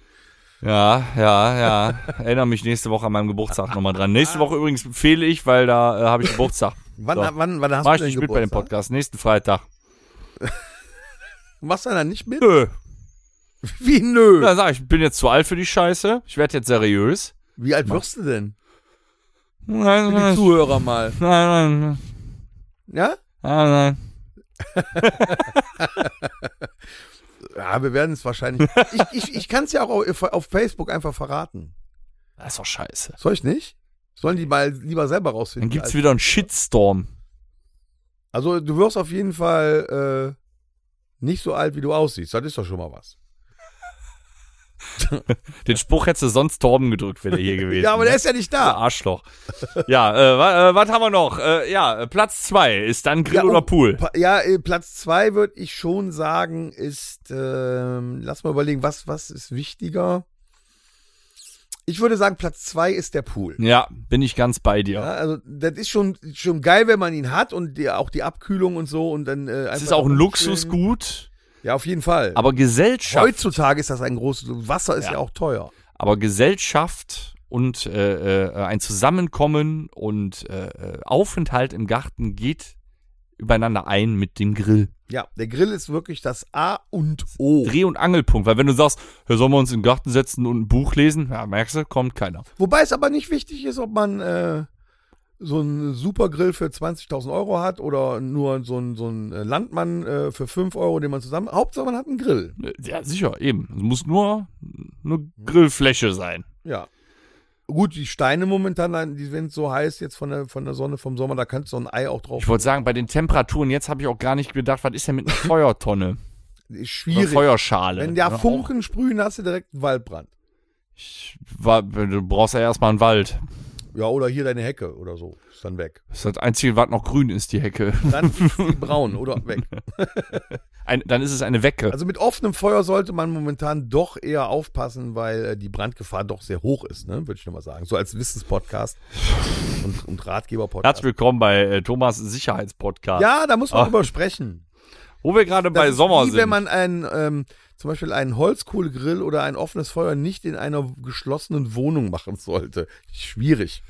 Ja, ja, ja. Erinnere mich nächste Woche an meinem Geburtstag nochmal dran. Nächste Woche übrigens fehle ich, weil da äh, habe ich Geburtstag. Wann, So. wann, wann hast Mach du ich denn nicht mit bei dem Geburtstag? Podcast. Nächsten Freitag. Machst du da nicht mit? Nö. Wie nö? Dann sag ich, ich bin jetzt zu alt für die Scheiße. Ich werde jetzt seriös. Wie alt wirst du denn? Nein, Für die nein, Zuhörer mal. nein, nein, Ja? nein, nein. Ja, wir werden es wahrscheinlich. ich ich, ich kann es ja auch auf, auf Facebook einfach verraten. Das ist doch scheiße. Soll ich nicht? Sollen die mal lieber selber rausfinden? Dann gibt's als- wieder einen Shitstorm. also du wirst auf jeden Fall äh, nicht so alt, wie du aussiehst. Das ist doch schon mal was. Den Spruch hättest du sonst Torben gedrückt, wenn er hier gewesen ne? Ja, aber der wäre. ist ja nicht Ja, da. Arschloch. Ja, äh, wa- äh, was haben wir noch? Äh, ja, äh, Platz zwei ist dann Grill Ja, oder oh, Pool. Pa- Ja, äh, Platz zwei würde ich schon sagen, ist, ähm, lass mal überlegen, was, was ist wichtiger? Ich würde sagen, Platz zwei ist der Pool. Ja, bin ich ganz bei dir. Ja, also das ist schon, schon geil, wenn man ihn hat und die, auch die Abkühlung und so und dann äh, es einfach ist auch ein schön- Luxusgut, Ja, auf jeden Fall. aber Gesellschaft. heutzutage ist das ein großes Wasser ist ja, Ja. auch teuer. aber Gesellschaft und äh, äh, ein Zusammenkommen und äh, äh, Aufenthalt im Garten geht übereinander ein mit dem Grill. Ja, der Grill ist wirklich das A und O. Dreh- und Angelpunkt, weil wenn du sagst, ja, sollen wir uns in den Garten setzen und ein Buch lesen, ja, merkst du, kommt keiner. Wobei es aber nicht wichtig ist, ob man äh, so einen Supergrill für 20.000 Euro hat oder nur so einen, so einen äh, Landmann äh, für 5 Euro, den man zusammen. Hauptsache man hat einen Grill. Äh, Ja, sicher, eben. Es muss nur eine Grillfläche sein. Ja. Gut, die Steine momentan, nein, die sind so heiß jetzt von der, von der Sonne, vom Sommer, da kannst du so ein Ei auch drauf. Ich wollte sagen, bei den Temperaturen jetzt habe ich auch gar nicht gedacht, was ist denn mit einer Feuertonne? Ist Oder schwierig. Feuerschale. Wenn da Ja, Funken sprühen, hast du direkt einen Waldbrand. auch- wa- Du brauchst ja erstmal einen Wald. Ja, oder hier deine Hecke oder so. Ist dann weg. Das ist das Einzige, was noch grün ist, die Hecke. Dann ist sie braun oder weg. Ein, dann ist es eine Wecke. Also mit offenem Feuer sollte man momentan doch eher aufpassen, weil äh, die Brandgefahr doch sehr hoch ist, ne? würde ich nochmal sagen. So als Wissenspodcast und, und Herzlich Ratgeber-Podcast. willkommen bei äh, Thomas Sicherheitspodcast. Ja, da muss man Ah. drüber sprechen. Wo wir gerade bei ist Sommer wie, sind. wenn man ein, ähm, zum Beispiel einen Holzkohlegrill oder ein offenes Feuer nicht in einer geschlossenen Wohnung machen sollte. Schwierig.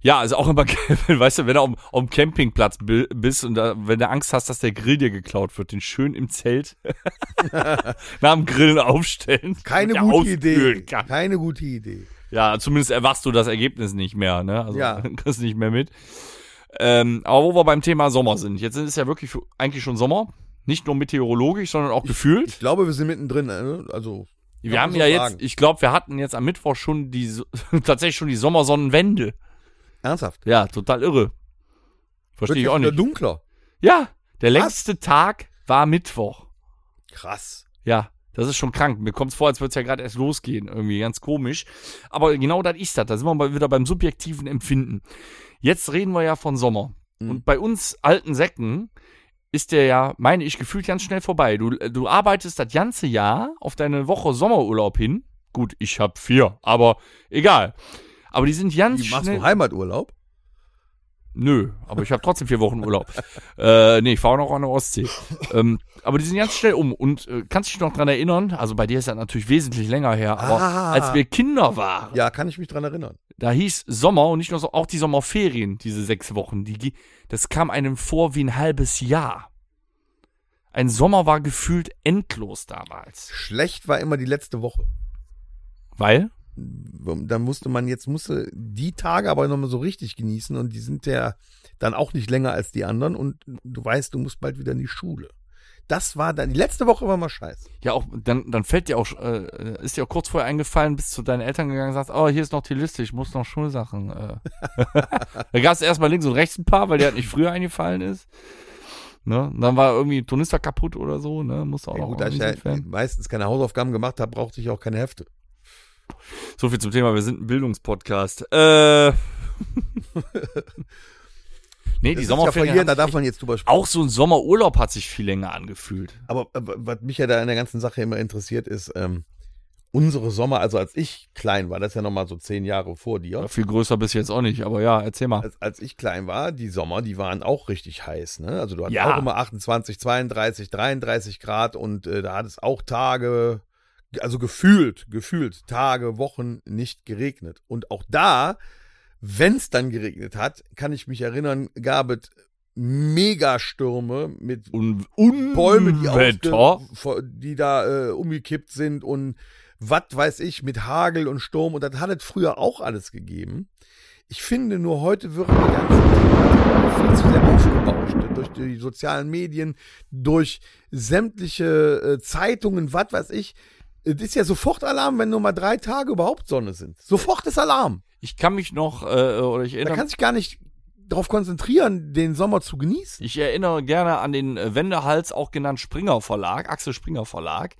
ja, also auch immer, geil, wenn- weißt du, wenn du am, am Campingplatz bi- bist und da, wenn du Angst hast, dass der Grill dir geklaut wird, den schön im Zelt nach dem Grillen aufstellen. Keine Ja, gute auskühlen Idee. kann. Keine gute Idee. Ja, zumindest erwachst du das Ergebnis nicht mehr, ne? Also Ja. kriegst nicht mehr mit. Ähm, aber wo wir beim Thema Sommer sind. Jetzt ist ja wirklich für- eigentlich schon Sommer. Nicht nur meteorologisch, sondern auch gefühlt. Ich glaube, wir sind mittendrin. ne? Also, kann Wir man haben so ja sagen. jetzt, ich glaube, wir hatten jetzt am Mittwoch schon die So- tatsächlich schon die Sommersonnenwende. Ernsthaft. Ja, total irre. Wird Verstehe ich jetzt auch wieder nicht. dunkler. Ja, der längste Tag war Mittwoch. Krass. Ja, das ist schon krank. Mir kommt es vor, als würde es ja gerade erst losgehen. Irgendwie ganz komisch. Aber genau das ist das. Da sind wir mal wieder beim subjektiven Empfinden. Jetzt reden wir ja von Sommer. Mhm. Und bei uns alten Säcken ist der ja, meine ich, gefühlt ganz schnell vorbei. Du, du arbeitest das ganze Jahr auf deine Woche Sommerurlaub hin. Gut, ich habe vier, aber egal. Aber die sind ganz Wie, machst schnell. du Heimaturlaub? Nö, aber ich habe trotzdem vier Wochen Urlaub. äh, nee, ich fahre noch an der Ostsee. ähm, aber die sind ganz schnell um. Und äh, kannst dich noch dran erinnern, also bei dir ist das natürlich wesentlich länger her, aber Ah. als wir Kinder waren, Ja, kann ich mich dran erinnern. da hieß Sommer und nicht nur so, auch die Sommerferien, diese sechs Wochen, die, ge- das kam einem vor wie ein halbes Jahr. Ein Sommer war gefühlt endlos damals. Schlecht war immer die letzte Woche. Weil? Dann musste man, jetzt musste die Tage aber nochmal so richtig genießen und die sind ja dann auch nicht länger als die anderen und du weißt, du musst bald wieder in die Schule. Das war dann, die letzte Woche war mal scheiße. Ja, auch, dann, dann fällt dir auch, äh, ist dir auch kurz vorher eingefallen, bist zu deinen Eltern gegangen und sagst, oh, hier ist noch die Liste, ich muss noch Schulsachen. Äh. da gab es erstmal links und rechts ein paar, weil der halt nicht früher eingefallen ist. Ne? Und dann war irgendwie ein Turnister kaputt oder so, ne? Musste auch Ja, noch gut, da ich irgendwie ja hinfahren. meistens keine Hausaufgaben gemacht habe, brauchte ich auch keine Hefte. So viel zum Thema, wir sind ein Bildungspodcast. Äh. nee, die ist Sommerferien. verjährt, da haben darf sich man jetzt drüber echt- sprechen. auch so ein Sommerurlaub hat sich viel länger angefühlt. Aber, aber was mich ja da in der ganzen Sache immer interessiert, ist, ähm, unsere Sommer, also als ich klein war, das ist ja nochmal so zehn Jahre vor dir. Viel größer bis jetzt auch nicht, aber ja, erzähl mal. als, als ich klein war, die Sommer, die waren auch richtig heiß. Ne? Also du hattest Ja. auch immer 28, 32, 33 Grad und äh, da hat es auch Tage, also gefühlt, gefühlt Tage, Wochen nicht geregnet. Und auch da, wenn es dann geregnet hat, kann ich mich erinnern, gab es Megastürme mit Un Un Bäume, Mm. die, Wetter. ausge- vor- die da äh, umgekippt sind und was weiß ich, mit Hagel und Sturm und das hat es früher auch alles gegeben. Ich finde nur heute wird die ganze Thematik viel zu sehr aufgebauscht durch die sozialen Medien, durch sämtliche äh, Zeitungen, was weiß ich. Es ist ja sofort Alarm, wenn nur mal drei Tage überhaupt Sonne sind. Sofort ist Alarm. Ich kann mich noch, äh, oder ich Da erinnere kann sich gar nicht darauf konzentrieren, den Sommer zu genießen. Ich erinnere gerne an den äh, Wendehals, auch genannt Springer Verlag, Axel Springer Verlag.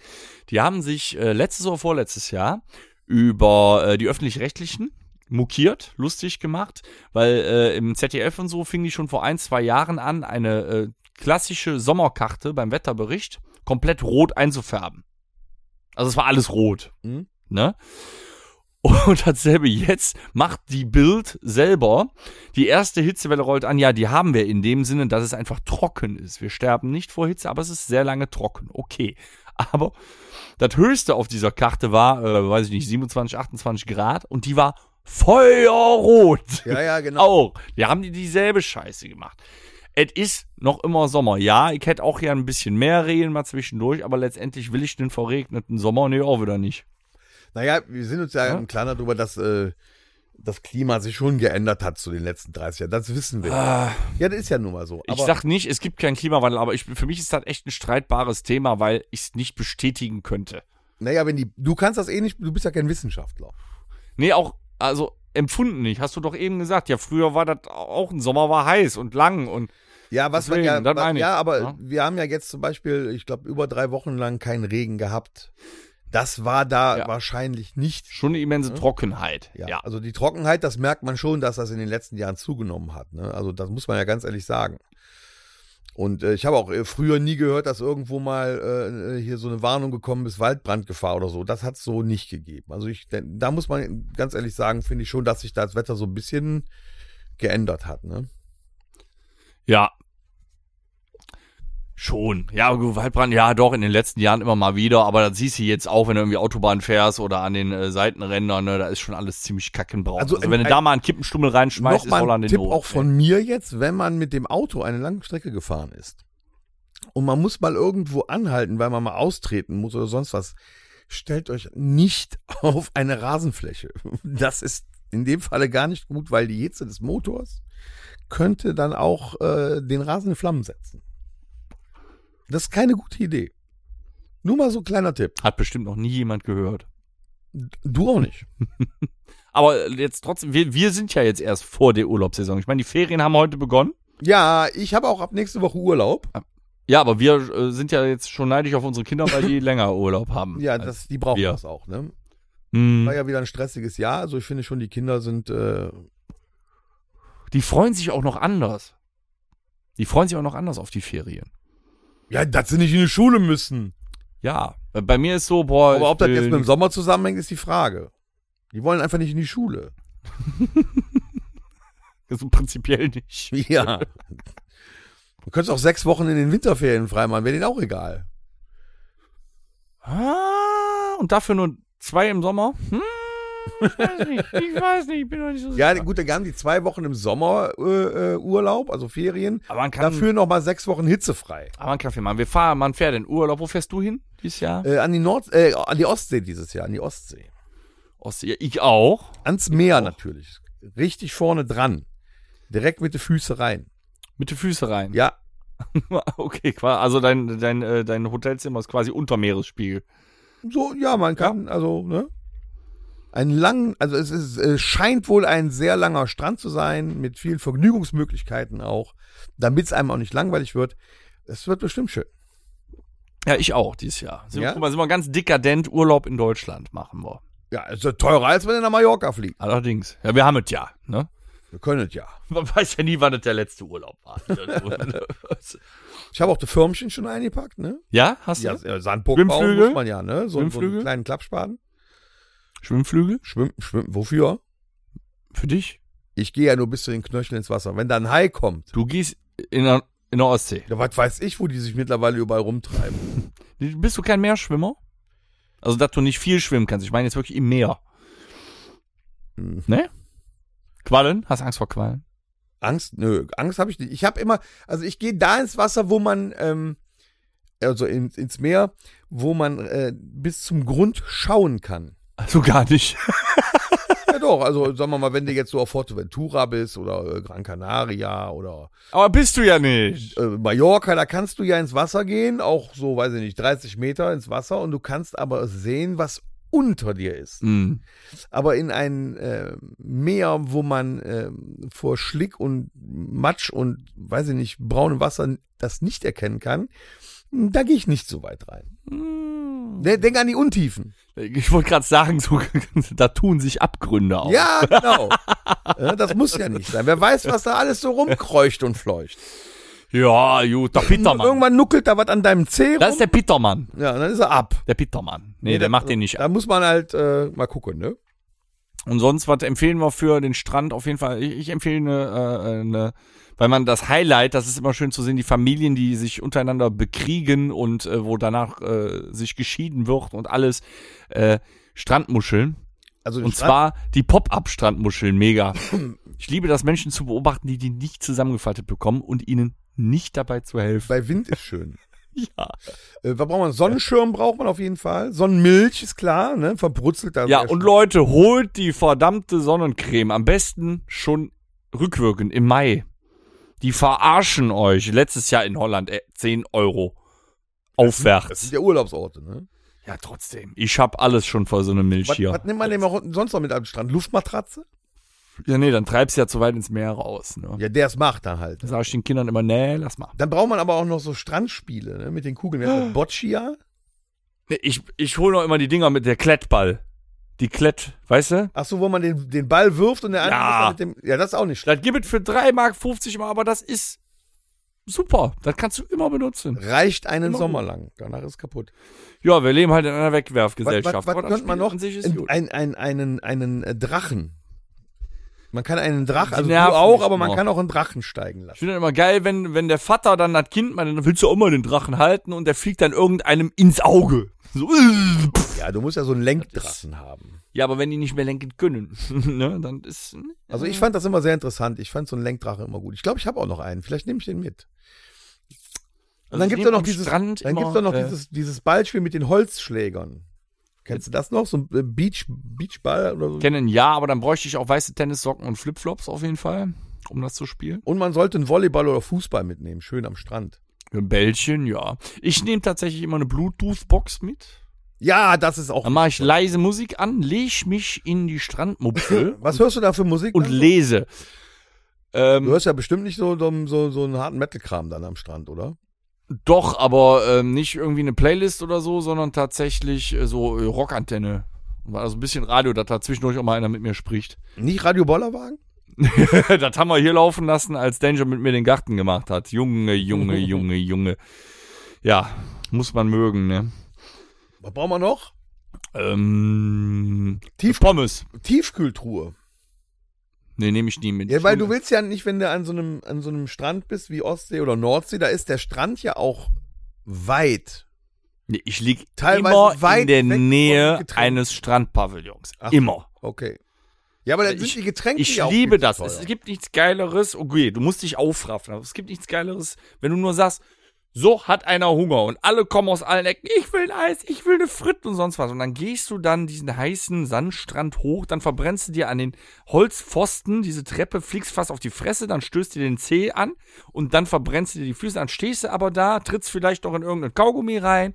Die haben sich äh, letztes oder vorletztes Jahr über äh, die öffentlich-rechtlichen mokiert, lustig gemacht, weil äh, im ZDF und so fing die schon vor ein, zwei Jahren an, eine äh, klassische Sommerkarte beim Wetterbericht komplett rot einzufärben. Also es war alles rot. Mhm. Ne? Und dasselbe jetzt macht die Bild selber. Die erste Hitzewelle rollt an. Ja, die haben wir in dem Sinne, dass es einfach trocken ist. Wir sterben nicht vor Hitze, aber es ist sehr lange trocken. Okay. Aber das Höchste auf dieser Karte war, äh, weiß ich nicht, 27, 28 Grad und die war feuerrot. Ja, ja, genau. Auch. Wir haben die dieselbe Scheiße gemacht. Es ist noch immer Sommer. Ja, ich hätte auch gern ein bisschen mehr Regen mal zwischendurch, aber letztendlich will ich den verregneten Sommer nee, auch wieder nicht. Naja, wir sind uns ja, Ja. im Klaren darüber, dass äh, das Klima sich schon geändert hat zu den letzten 30 Jahren. Das wissen wir. Ja, das ist ja nun mal so. Ah. Ich Aber sag nicht, es gibt keinen Klimawandel, aber ich, für mich ist das echt ein streitbares Thema, weil ich es nicht bestätigen könnte. naja, wenn die, du kannst das eh nicht, du bist ja kein Wissenschaftler. Nee, auch, also empfunden nicht. Hast du doch eben gesagt, ja, früher war das auch ein Sommer, war heiß und lang und Ja, was Deswegen, man ja, das wa- meine ich, ja, aber ja. wir haben ja jetzt zum Beispiel, ich glaube, über drei Wochen lang keinen Regen gehabt. Das war da Ja. wahrscheinlich nicht. schon eine immense Trockenheit. Mhm. Ja. Ja. also die Trockenheit, das merkt man schon, dass das in den letzten Jahren zugenommen hat. Ne? Also das muss man ja ganz ehrlich sagen. Und äh, ich habe auch äh, früher nie gehört, dass irgendwo mal äh, hier so eine Warnung gekommen ist, Waldbrandgefahr oder so. Das hat es so nicht gegeben. Also ich, denn- da muss man ganz ehrlich sagen, finde ich schon, dass sich das Wetter so ein bisschen geändert hat. Ne? Ja. Schon. Ja, gut, Waldbrand, ja doch, in den letzten Jahren immer mal wieder, aber das siehst du jetzt auch, wenn du irgendwie Autobahn fährst oder an den äh, Seitenrändern, ne, da ist schon alles ziemlich kackenbraun. Also Also, im- wenn du da mal einen Kippenstummel reinschmeißt, ist Nochmal ein Holland in Tipp Not, auch ey. von mir jetzt, wenn man mit dem Auto eine lange Strecke gefahren ist und man muss mal irgendwo anhalten, weil man mal austreten muss oder sonst was, stellt euch nicht auf eine Rasenfläche. Das ist in dem Falle gar nicht gut, weil die Hitze des Motors könnte dann auch äh, den Rasen in Flammen setzen. Das ist keine gute Idee. Nur mal so ein kleiner Tipp. Hat bestimmt noch nie jemand gehört. Du auch nicht. Aber jetzt trotzdem, wir, wir sind ja jetzt erst vor der Urlaubssaison. Ich meine, die Ferien haben heute begonnen. Ja, ich habe auch ab nächste Woche Urlaub. Ja, aber wir äh, sind ja jetzt schon neidisch auf unsere Kinder, weil die länger Urlaub haben. Ja, das, die brauchen wir. das auch. Ne? Mm. War ja wieder ein stressiges Jahr. Also ich finde schon, die Kinder sind. Äh, Die freuen sich auch noch anders. Die freuen sich auch noch anders auf die Ferien. ja, dass sie nicht in die Schule müssen. Ja, bei- bei mir ist so, boah. Aber ob das ich jetzt will mit dem Sommer zusammenhängt, ist die Frage. Die wollen einfach nicht in die Schule. nicht- so prinzipiell nicht. Ja. Du könntest auch sechs Wochen in den Winterferien freimachen, wäre denen auch egal. Ah, und dafür nur zwei im Sommer? Hm, ich weiß nicht, ich weiß nicht, ich bin noch nicht so Ja, sicher. gut, dann haben die zwei Wochen im Sommer äh, äh, Urlaub, also Ferien. Aber man kann, Dafür nochmal sechs Wochen hitzefrei. aber man kann viel machen. Wir fahren, man fährt in Urlaub. Wo fährst du hin dieses Jahr? Äh, an, die Nord äh, an die Ostsee dieses Jahr, an die Ostsee. Ostsee. Ja, ich auch. Ans Meer Och. natürlich. Richtig vorne dran. Direkt mit den Füßen rein. Mit den Füßen rein. Ja, okay, qua- also dein, dein, äh, dein Hotelzimmer ist quasi unter Meeresspiegel. So, ja, man kann, also, ne? Einen langen, also es ist, äh, scheint wohl ein sehr langer Strand zu sein, mit vielen Vergnügungsmöglichkeiten auch, damit es einem auch nicht langweilig wird. Es wird bestimmt schön. Ja, ich auch dieses Jahr. Sind, Ja? Guck mal, sind wir ganz dekadent Urlaub in Deutschland machen wir. Ja, es ist teurer, als wenn du nach Mallorca fliegt. Allerdings. Ja, wir haben es ja, ne? Wir können es ja. Man weiß ja nie, wann es der letzte Urlaub war. Ich habe auch die Firmchen schon eingepackt, ne? ja, hast du? Ja, ja Sandburg bauen Schwimmflügel? muss man ja, ne? So, so einen Schwimmflügel? kleinen Klappspaten. Schwimmflügel? Schwimmen, schwimmen, wofür? Für dich? Ich gehe ja nur bis zu den Knöcheln ins Wasser. Wenn da ein Hai kommt, Du gehst in der, in der Ostsee. ja, was weiß ich, wo die sich mittlerweile überall rumtreiben. Bist du kein Meerschwimmer? Also, dass du nicht viel schwimmen kannst. Ich meine jetzt wirklich im Meer. Mhm. Ne? Quallen? Hast Angst vor Quallen? Angst, nö, Angst habe ich nicht. Ich habe immer, also ich gehe da ins Wasser, wo man, ähm, also in, ins Meer, wo man äh, bis zum Grund schauen kann. Also gar nicht. Ja doch, also sagen wir mal, wenn du jetzt so auf Forteventura bist oder äh, Gran Canaria oder Aber bist du ja nicht. äh, Mallorca, da kannst du ja ins Wasser gehen, auch so, weiß ich nicht, 30 Meter ins Wasser und du kannst aber sehen, was unter dir ist. Mhm. Aber in ein äh, Meer, wo man äh, vor Schlick und Matsch und, weiß ich nicht, braunem Wasser das nicht erkennen kann, da gehe ich nicht so weit rein. Hm. Ne, Denk an die Untiefen. Ich wollte gerade sagen, so, da tun sich Abgründe auf. Ja, genau. Ja, das muss ja nicht sein. Wer weiß, was da alles so rumkreucht und fleucht. Ja, gut, der Pittermann. Irgendwann nuckelt da was an deinem Zeh Das ist rum. der Pittermann. Ja, und dann ist er ab. Der Pittermann. Nee, da- der macht den nicht ab. Da muss man halt äh, mal gucken, ne? Und sonst, was empfehlen wir für den Strand? Auf jeden Fall, ich, ich empfehle eine, äh, eine, weil man das Highlight, das ist immer schön zu sehen, die Familien, die sich untereinander bekriegen und äh, wo danach äh, sich geschieden wird und alles, äh, Strandmuscheln. Also den Und Strand- zwar die Pop-Up-Strandmuscheln, mega. Ich liebe das, Menschen zu beobachten, die die nicht zusammengefaltet bekommen und ihnen nicht dabei zu helfen. bei Wind ist schön. Ja, Äh, was braucht man? Sonnenschirm braucht man auf jeden Fall. Sonnenmilch ist klar, ne? Verbrutzelt da. ja sehr und schnell. Leute, holt die verdammte Sonnencreme. Am besten schon rückwirkend im Mai. Die verarschen euch. Letztes Jahr in Holland äh, 10 Euro. Das sind Aufwärts. ja Urlaubsorte, ne? Ja, trotzdem. Ich hab alles schon vor so einer Milch Was, hier. was nimmt man denn auch sonst noch mit am Strand? Luftmatratze? Ja, nee, dann treibst du ja zu weit ins Meer raus. Ne? Ja, der es macht dann halt. Dann sag ich den Kindern immer, nee, lass mal. Dann braucht man aber auch noch so Strandspiele, ne? Mit den Kugeln. Wer hat das? Boccia? Nee, ich, ich hole noch immer die Dinger mit der Klettball. Die Klett, weißt du? Ach so, wo man den, den Ball wirft und der andere Ja. ist dann mit dem. Ja, das ist auch nicht schlecht. Das gibt es für 3,50 Mark 50 Mal, aber das ist super. Das kannst du immer benutzen. Reicht einen Immer Sommer lang. Danach ist kaputt. Ja, wir leben halt in einer Was, Wegwerfgesellschaft. was, was aber das könnte man Spiel noch? An sich ist Ein- gut. Ein, ein, einen, einen äh, Drachen. Man kann einen Drachen, Die also du nerven auch, mich aber man noch. kann auch einen Drachen steigen lassen. Ich finde das immer geil, wenn, wenn der Vater dann das Kind mal, dann willst du auch immer den Drachen halten und der fliegt dann irgendeinem ins Auge. So, äh, pff. Ja, du musst ja so einen Lenkdrachen haben. ja, aber wenn die nicht mehr lenken können, ne, dann ist. Also Mhm. ich fand das immer sehr interessant. Ich fand so einen Lenkdrache immer gut. Ich glaube, ich habe auch noch einen. Vielleicht nehme ich den mit. Und Also dann ich gibt's nehm doch noch am dieses, Strand dann immer, gibt's doch noch äh, dieses, dieses Ballspiel mit den Holzschlägern. Kennst du das noch? So ein äh, Beach, Beachball oder so. Kennen, ja, aber dann bräuchte ich auch weiße Tennissocken und Flipflops auf jeden Fall, um das zu spielen. Und man sollte einen Volleyball oder Fußball mitnehmen, schön am Strand. Ein Bällchen, ja. Ich nehme tatsächlich immer eine Bluetooth-Box mit. Ja, das ist auch. Dann mache ich leise Musik an, leg mich in die Strandmuschel Was hörst du da für Musik? und an? lese. du Ähm, hörst ja bestimmt nicht so, so, so, so einen harten Metal-Kram dann am Strand, oder? doch, aber ähm, nicht irgendwie eine Playlist oder so, sondern tatsächlich äh, so äh, Rockantenne. Also ein bisschen Radio, dass da zwischendurch auch mal einer mit mir spricht. Nicht Radio Bollerwagen? das haben wir hier laufen lassen, als Danger mit mir den Garten gemacht hat. Junge, Junge, Junge, Junge. Ja, muss man mögen, ne? Was brauchen wir noch? Ähm, Tief- Pommes. Tiefkühltruhe. Nee, nehme ich nie mit. Ja, weil du willst ja nicht, wenn du an so einem, an so einem Strand bist wie Ostsee oder Nordsee, da ist der Strand ja auch weit. Nee, ich lieg Teilweise immer weit in der weg von Nähe Getränken. eines Strandpavillons. Ach so. immer. Okay. Ja, aber dann Ich- sind die Getränke Ich ja auch liebe viel zu das. teuer. Oh, Es gibt nichts Geileres. Okay, du musst dich aufraffen. Aber es gibt nichts Geileres, wenn du nur sagst, So hat einer Hunger und alle kommen aus allen Ecken. Ich will ein Eis, ich will eine Fritte und sonst was. Und dann gehst du dann diesen heißen Sandstrand hoch, dann verbrennst du dir an den Holzpfosten diese Treppe, fliegst fast auf die Fresse, dann stößt dir den Zeh an und dann verbrennst du dir die Füße. Dann stehst du aber da, trittst vielleicht noch in irgendein Kaugummi rein,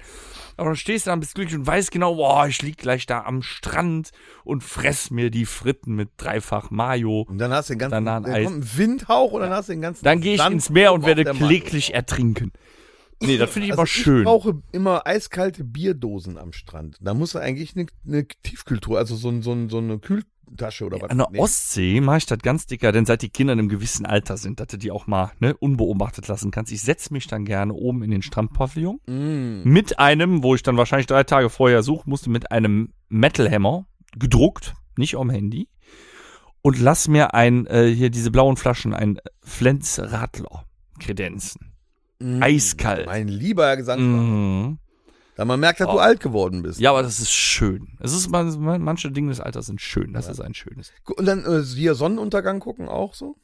aber dann stehst du dann bist glücklich und weißt genau, boah, ich lieg gleich da am Strand und fress mir die Fritten mit dreifach Mayo. Und dann hast du den ganzen Dann ein dann Eis. kommt ein Windhauch und dann hast du den ganzen Dann gehe ich Sand ins Meer und auf werde der Mann. kläglich ertrinken. Nee, das finde ich Also immer schön. Ich brauche immer eiskalte Bierdosen am Strand. Da muss eigentlich eine, eine Tiefkühltruhe, also so, ein, so, ein, so eine Kühltasche oder was. An der nehmen. Ostsee mache ich das ganz dicker, denn seit die Kinder in einem gewissen Alter sind, dass du die auch mal ne, unbeobachtet lassen kannst. Ich setze mich dann gerne oben in den Strandpavillon Mm. mit einem, wo ich dann wahrscheinlich drei Tage vorher suchen musste, mit einem Metalhammer, gedruckt, nicht am Handy, und lass mir ein, äh, hier diese blauen Flaschen, ein Flens Radler kredenzen. Mm. Eiskalt. Mein lieber Gesang. Mhm. Da man merkt, dass du Oh. alt geworden bist. Ja, aber das ist schön. Es ist, man- man- manche Dinge des Alters sind schön. Das ist ein schönes. Und dann äh, hier Sonnenuntergang gucken auch so.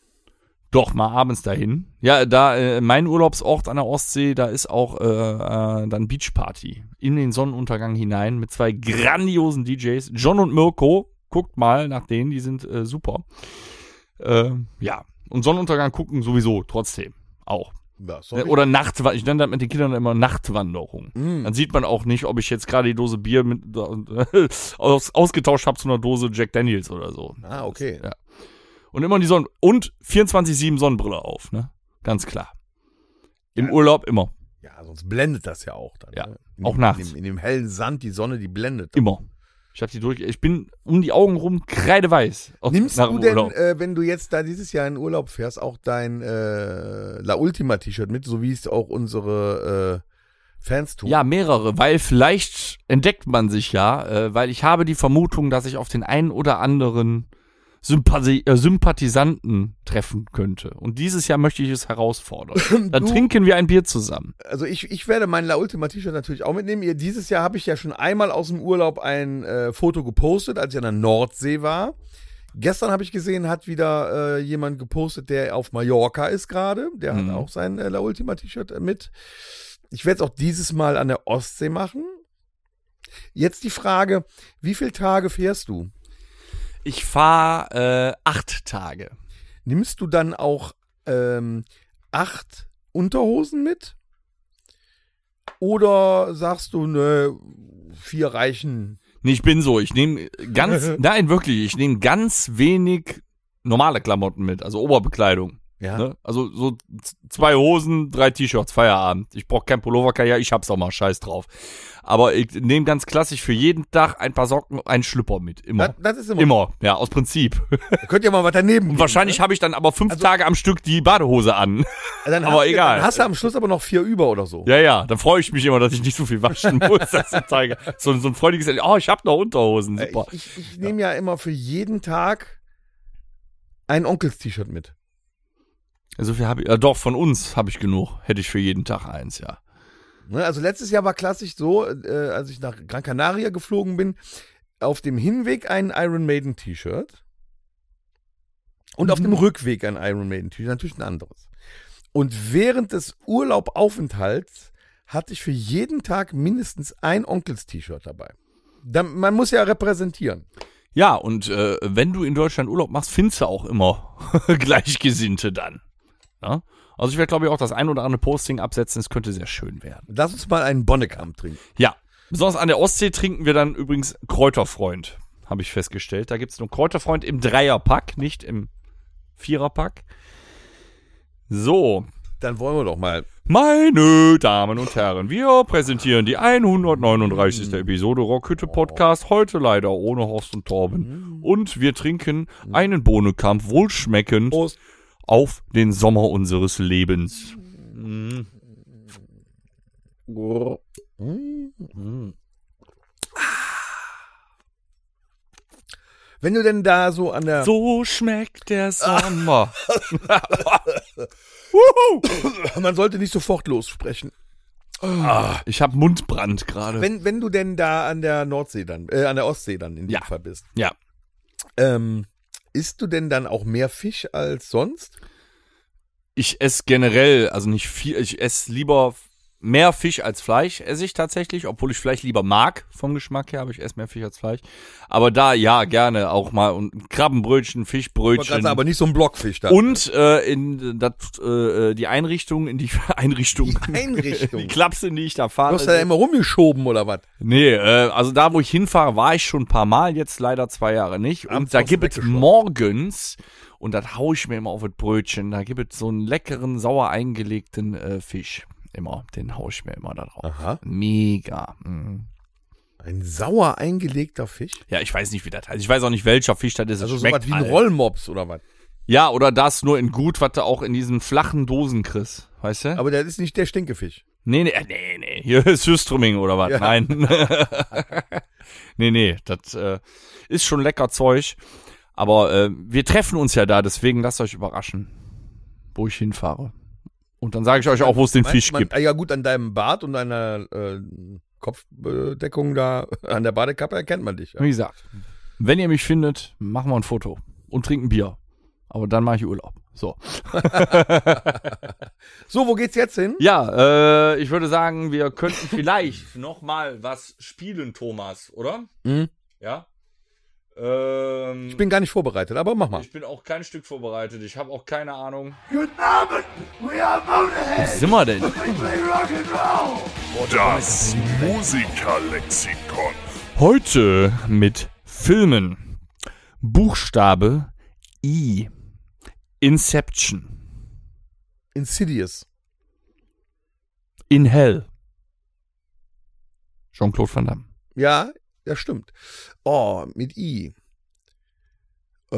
Doch, mal abends dahin. Ja, da, äh, mein Urlaubsort an der Ostsee, da ist auch äh, äh, dann Beachparty. In den Sonnenuntergang hinein mit zwei grandiosen DJs. John und Mirko, guckt mal nach denen, die sind äh, super. Äh, ja, und Sonnenuntergang gucken sowieso trotzdem auch. Ja, Ne, sorry. Oder Nachtwanderung, ich nenne das mit den Kindern immer Nachtwanderung. Mm. Dann sieht man auch nicht, ob ich jetzt gerade die Dose Bier mit, aus, ausgetauscht habe zu einer Dose Jack Daniels oder so. Ah, okay. Ja. Und immer in die Sonne. Und 24-7 Sonnenbrille auf, ne? Ganz klar. Im Ja. Urlaub immer. Ja, sonst blendet das ja auch dann. Ja, ne? In, auch dem- nachts. In dem, in dem hellen Sand, die Sonne, die blendet. dann. Immer. Ich hab die durch. Ich bin um die Augen rum kreideweiß. Auf, Nimmst nach du dem denn, Urlaub. äh, wenn du jetzt da dieses Jahr in Urlaub fährst, auch dein äh, La Ultima T-Shirt mit, so wie es auch unsere äh, Fans tun? Ja, mehrere, weil vielleicht entdeckt man sich ja, äh, weil ich habe die Vermutung, dass ich auf den einen oder anderen Sympathi äh, Sympathisanten treffen könnte. Und dieses Jahr möchte ich es herausfordern. Dann Du- trinken wir ein Bier zusammen. Also ich, ich werde mein La Ultima T-Shirt natürlich auch mitnehmen. Ihr, dieses Jahr habe ich ja schon einmal aus dem Urlaub ein äh, Foto gepostet, als ich an der Nordsee war. Gestern habe ich gesehen, hat wieder äh, jemand gepostet, der auf Mallorca ist gerade. Der Mhm. hat auch sein äh, La Ultima T-Shirt äh, mit. Ich werde es auch dieses Mal an der Ostsee machen. Jetzt die Frage, wie viele Tage fährst du? Ich fahre äh, acht Tage. Nimmst du dann auch ähm, acht Unterhosen mit? Oder sagst du, ne, vier reichen? Nee, ich bin so, ich nehme ganz, nein, wirklich, ich nehme ganz wenig normale Klamotten mit, also Oberbekleidung. Ja. Ne? Also so z- zwei Hosen, drei T-Shirts, Feierabend. Ich brauche kein Pullover, kein, ja, ich hab's auch mal, scheiß drauf. Aber ich nehme ganz klassisch für jeden Tag ein paar Socken, einen Schlüpper mit, Das, immer. das ist immer. Immer, ja, aus Prinzip. Da könnt ihr mal was daneben. ne? Und wahrscheinlich habe ich dann aber Also fünf Tage am Stück die Badehose an. dann aber hast, du- egal. Dann hast du am Schluss aber noch vier über oder so. Ja, ja, dann freue ich mich immer, dass ich nicht so viel waschen muss. Das ist ein Zeiger. so, so ein freudiges, oh, ich hab noch Unterhosen, Äh, super. Ich, ich, ich nehme ja immer für jeden Tag ein Onkels-T-Shirt mit. Also viel habe ich, ja doch, von uns habe ich genug. Hätte ich für jeden Tag eins, ja. Ne, also letztes Jahr war klassisch so, äh, als ich nach Gran Canaria geflogen bin, auf dem Hinweg ein Iron Maiden T-Shirt und auf dem Rückweg ein Iron Maiden T-Shirt, natürlich ein anderes. Und während des Urlaubaufenthalts hatte ich für jeden Tag mindestens ein Onkels T-Shirt dabei. Da, man muss ja repräsentieren. Ja, und äh, wenn du in Deutschland Urlaub machst, findest du auch immer Gleichgesinnte dann. Ja? Also ich werde, glaube ich, auch das ein oder andere Posting absetzen. Es könnte sehr schön werden. Lass uns mal einen Bonnekamp trinken. Ja, besonders an der Ostsee trinken wir dann übrigens Kräuterfreund, habe ich festgestellt. Da gibt's nur Kräuterfreund im Dreierpack, nicht im Viererpack. So, Dann wollen wir doch mal. Meine Damen und Herren, wir präsentieren die 139. Episode Rockhütte Podcast, heute leider ohne Horst und Torben. Und wir trinken einen Bohnenkampf wohlschmeckend Prost. auf den Sommer unseres Lebens. Wenn du denn da so an der. So schmeckt der Sommer. Man sollte nicht sofort lossprechen. Ah, ich habe Mundbrand gerade. Wenn, wenn du denn da an der Nordsee dann, äh, an der Ostsee dann in dem Ja. Fall bist, Ja, ähm, isst du denn dann auch mehr Fisch als sonst? ich esse generell, also nicht viel, ich esse lieber mehr Fisch als Fleisch esse ich tatsächlich, obwohl ich Fleisch lieber mag vom Geschmack her, aber ich esse mehr Fisch als Fleisch. Aber da ja, gerne auch mal und Krabbenbrötchen, Ich wollte gerade Fischbrötchen. sagen, aber nicht so ein Blockfisch da. Und äh, in das, äh, die Einrichtung, in die Einrichtung. Einrichtung. Die Klapse, in die ich da Du fahre. hast da immer rumgeschoben oder was? Nee, äh, also da, wo ich hinfahre, war ich schon ein paar Mal, jetzt leider zwei Jahre nicht. Und Abends da hast du gibt es weggeschossen. morgens, und das hau ich mir immer auf das Brötchen, da gibt es so einen leckeren, sauer eingelegten äh, Fisch. Immer, den hau ich mir immer da drauf. Aha. Mega. Mhm. Ein sauer eingelegter Fisch? Ja, ich weiß nicht, wie das heißt. Ich weiß auch nicht, welcher Fisch das ist. Es Also so schmeckt was wie ein halt. Rollmops oder was? Ja, oder das nur in gut, was du auch in diesen flachen Dosen kriegst. Weißt du? Aber der ist nicht der Stinkefisch. Nee, nee, äh, nee, nee. Hier ist Hüstruming oder was? Ja. Nein. nee, nee, das äh, ist schon lecker Zeug. Aber äh, wir treffen uns ja da, deswegen lasst euch überraschen, wo ich hinfahre. Und dann sage ich euch auch, wo es den Meinst Fisch du, man- gibt. Ah, Ja gut, an deinem Bart und deiner äh, Kopfbedeckung da, an der Badekappe erkennt man dich. Ja. Wie gesagt, wenn ihr mich findet, machen wir ein Foto und trinken Bier. Aber dann mache ich Urlaub. So. So, wo geht's jetzt hin? Ja, äh, ich würde sagen, wir könnten vielleicht noch mal was spielen, Thomas, oder? Mhm. Ja. Ähm, Ich bin gar nicht vorbereitet, aber mach mal. Ich bin auch kein Stück vorbereitet. Ich habe auch keine Ahnung. Guten Abend, we are Motorhead. Was sind wir denn? We play rock and roll. Das Musikerlexikon. Heute mit Filmen. Buchstabe I. Inception. Insidious. In Hell. Jean-Claude Van Damme. Ja, das stimmt. Oh, mit I. Äh,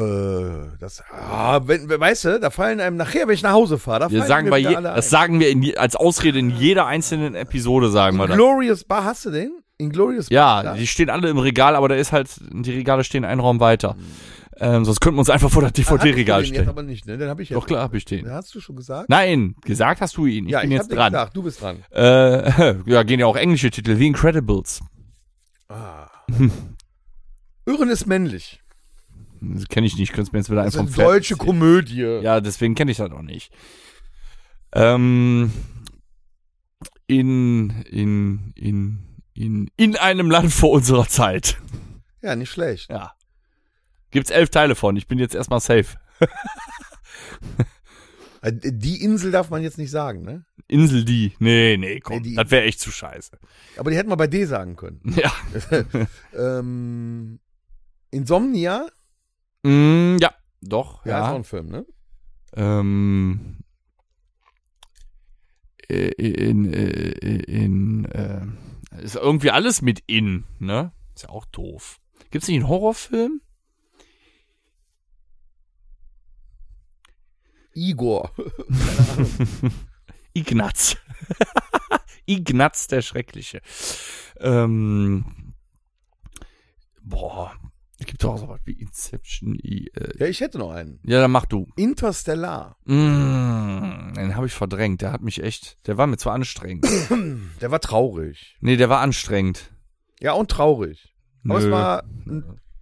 das, ah, wenn, we- weißt du, da fallen einem nachher, wenn ich nach Hause fahre, da Wir fallen sagen mir bei wieder je, alle ein. das sagen wir in, je- als Ausrede in jeder einzelnen Episode, sagen wir das. Inglorious Bar, hast du den? Inglorious Ja, Bar. die stehen alle im Regal, aber da ist halt, die Regale stehen einen Raum weiter. Mhm. Ähm, sonst könnten wir uns einfach vor das DVD-Regal Den jetzt stellen. aber nicht, ne? Den habe ich jetzt. Doch klar, hab ich den. Den hast du schon gesagt? Nein, gesagt hast du ihn. Ich bin hab jetzt den dran. gesagt, du bist dran. Äh, ja, gehen ja auch englische Titel, wie Incredibles. Ah. Irren ist männlich. Das kenne ich nicht, könntest mir jetzt wieder Das einfach ist eine deutsche Komödie. Ja, deswegen kenne ich das auch nicht. Ähm, in, in, in, in, in einem Land vor unserer Zeit. Ja, nicht schlecht. Ja. Gibt's elf Teile von, ich bin jetzt erstmal safe. Äh, Die Insel darf man jetzt nicht sagen, ne? Insel die. Nee, nee, komm, Nee, die- das wäre echt zu scheiße. Aber die hätten wir bei D sagen können. Ja. ähm, Insomnia? Mm, ja, doch, Ja, ist ja. auch ein Film, ne? Ähm, äh, in, äh, in, äh, ist irgendwie alles mit in, ne? Ist ja auch doof. Gibt's nicht einen Horrorfilm? Igor. Ignaz. Ignaz der Schreckliche. Ähm, boah, gibt doch auch sowas wie Inception. I, äh, Ja, ich hätte noch einen. ja, dann mach du. Interstellar. Mm, den habe ich verdrängt. Der hat mich echt, der war mir zwar anstrengend. Der war traurig. nee, der war anstrengend. Ja, und traurig. Aber Nö. es war.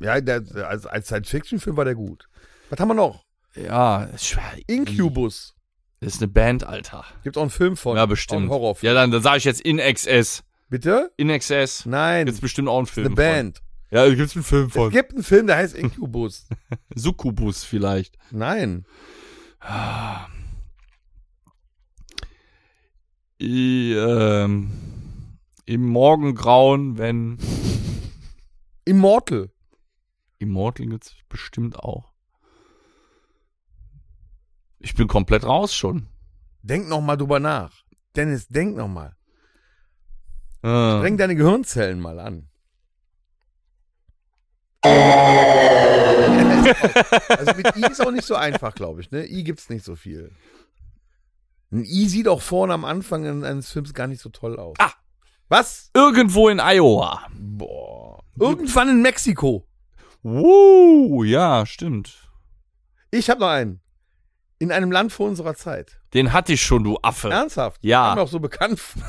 Ja, der, als, als Science-Fiction-Film war der gut. Was haben wir noch? Ja, ist schwer. Incubus. Das ist eine Band, Alter. Gibt auch einen Film von. ja, Auch bestimmt. einen Horrorfilm. Ja, dann, dann sage ich jetzt In Excess. Bitte? In Excess. Nein. Gibt's Ist bestimmt auch einen Film. eine Band. Von. Ja, gibt's einen Film Es von. gibt einen Film, der heißt Incubus. Succubus vielleicht. Ah. Nein. I, ähm, Im Morgengrauen, wenn. Immortal. Immortal gibt's bestimmt auch. Ich bin komplett raus schon. Denk noch mal drüber nach. Dennis, denk noch mal. Äh, Ah. Bring deine Gehirnzellen mal an. also mit I ist auch nicht so einfach, glaube ich. Ne? I gibt's nicht so viel. Ein I sieht auch vorne am Anfang in- eines Films gar nicht so toll aus. Ah! Was? irgendwo in Iowa. Boah. Irgendwann in Mexiko. Woo, ja, stimmt. Ich habe noch einen. In einem Land vor unserer Zeit. Den hatte ich schon, du Affe. Ernsthaft? Ja. Kam mir auch so bekannt vor.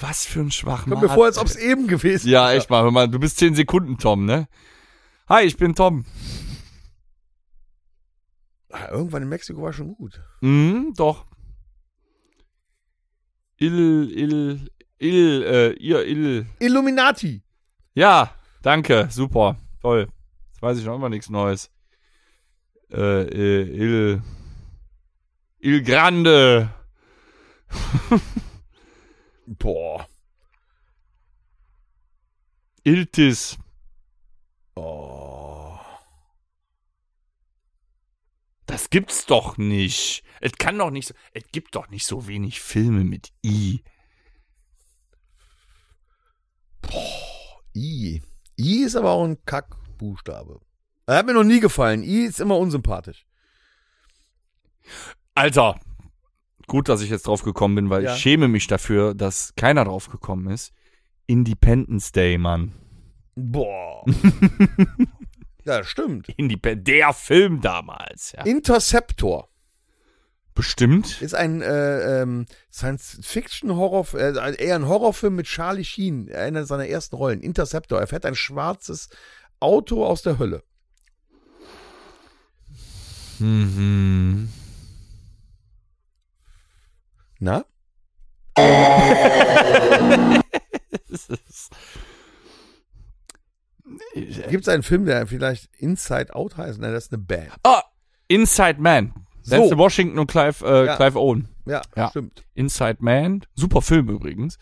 Was für ein Schwachmann. Kommt mir vor, als ob's eben gewesen Ja, echt mal, hör mal, du bist 10 Sekunden Tom, ne? Hi, ich bin Tom. Ah, Irgendwann in Mexiko war schon gut. Mhm, doch. Il, il, il, äh, ihr, il. Illuminati. Ja, danke, super, toll. Jetzt weiß ich noch immer nichts Neues. Äh, äh, il, il Grande. Boah. Iltis. Oh. Das gibt's doch nicht. Es kann doch nicht so, es gibt doch nicht so wenig Filme mit I. I. I ist aber auch ein Kackbuchstabe. Er hat mir noch nie gefallen. I ist immer unsympathisch. Alter. Also, Gut, dass ich jetzt drauf gekommen bin, weil Ja. ich schäme mich dafür, dass keiner drauf gekommen ist. Independence Day, Mann. Boah. ja, stimmt. Independ der Film damals, ja. Interceptor Bestimmt. ist ein äh, ähm, Science-Fiction-Horror, äh, eher ein Horrorfilm mit Charlie Sheen. Einer seiner ersten Rollen. Interceptor. Er fährt ein schwarzes Auto aus der Hölle. Mhm. Na? Es ist- Gibt es einen Film, der vielleicht Inside Out heißt? Nein, das ist eine Band. Ah, Inside Man. So. Denzel Washington und Clive, äh, Ja. Clive Owen. Ja, Ja. stimmt. Inside Man. Super Film übrigens.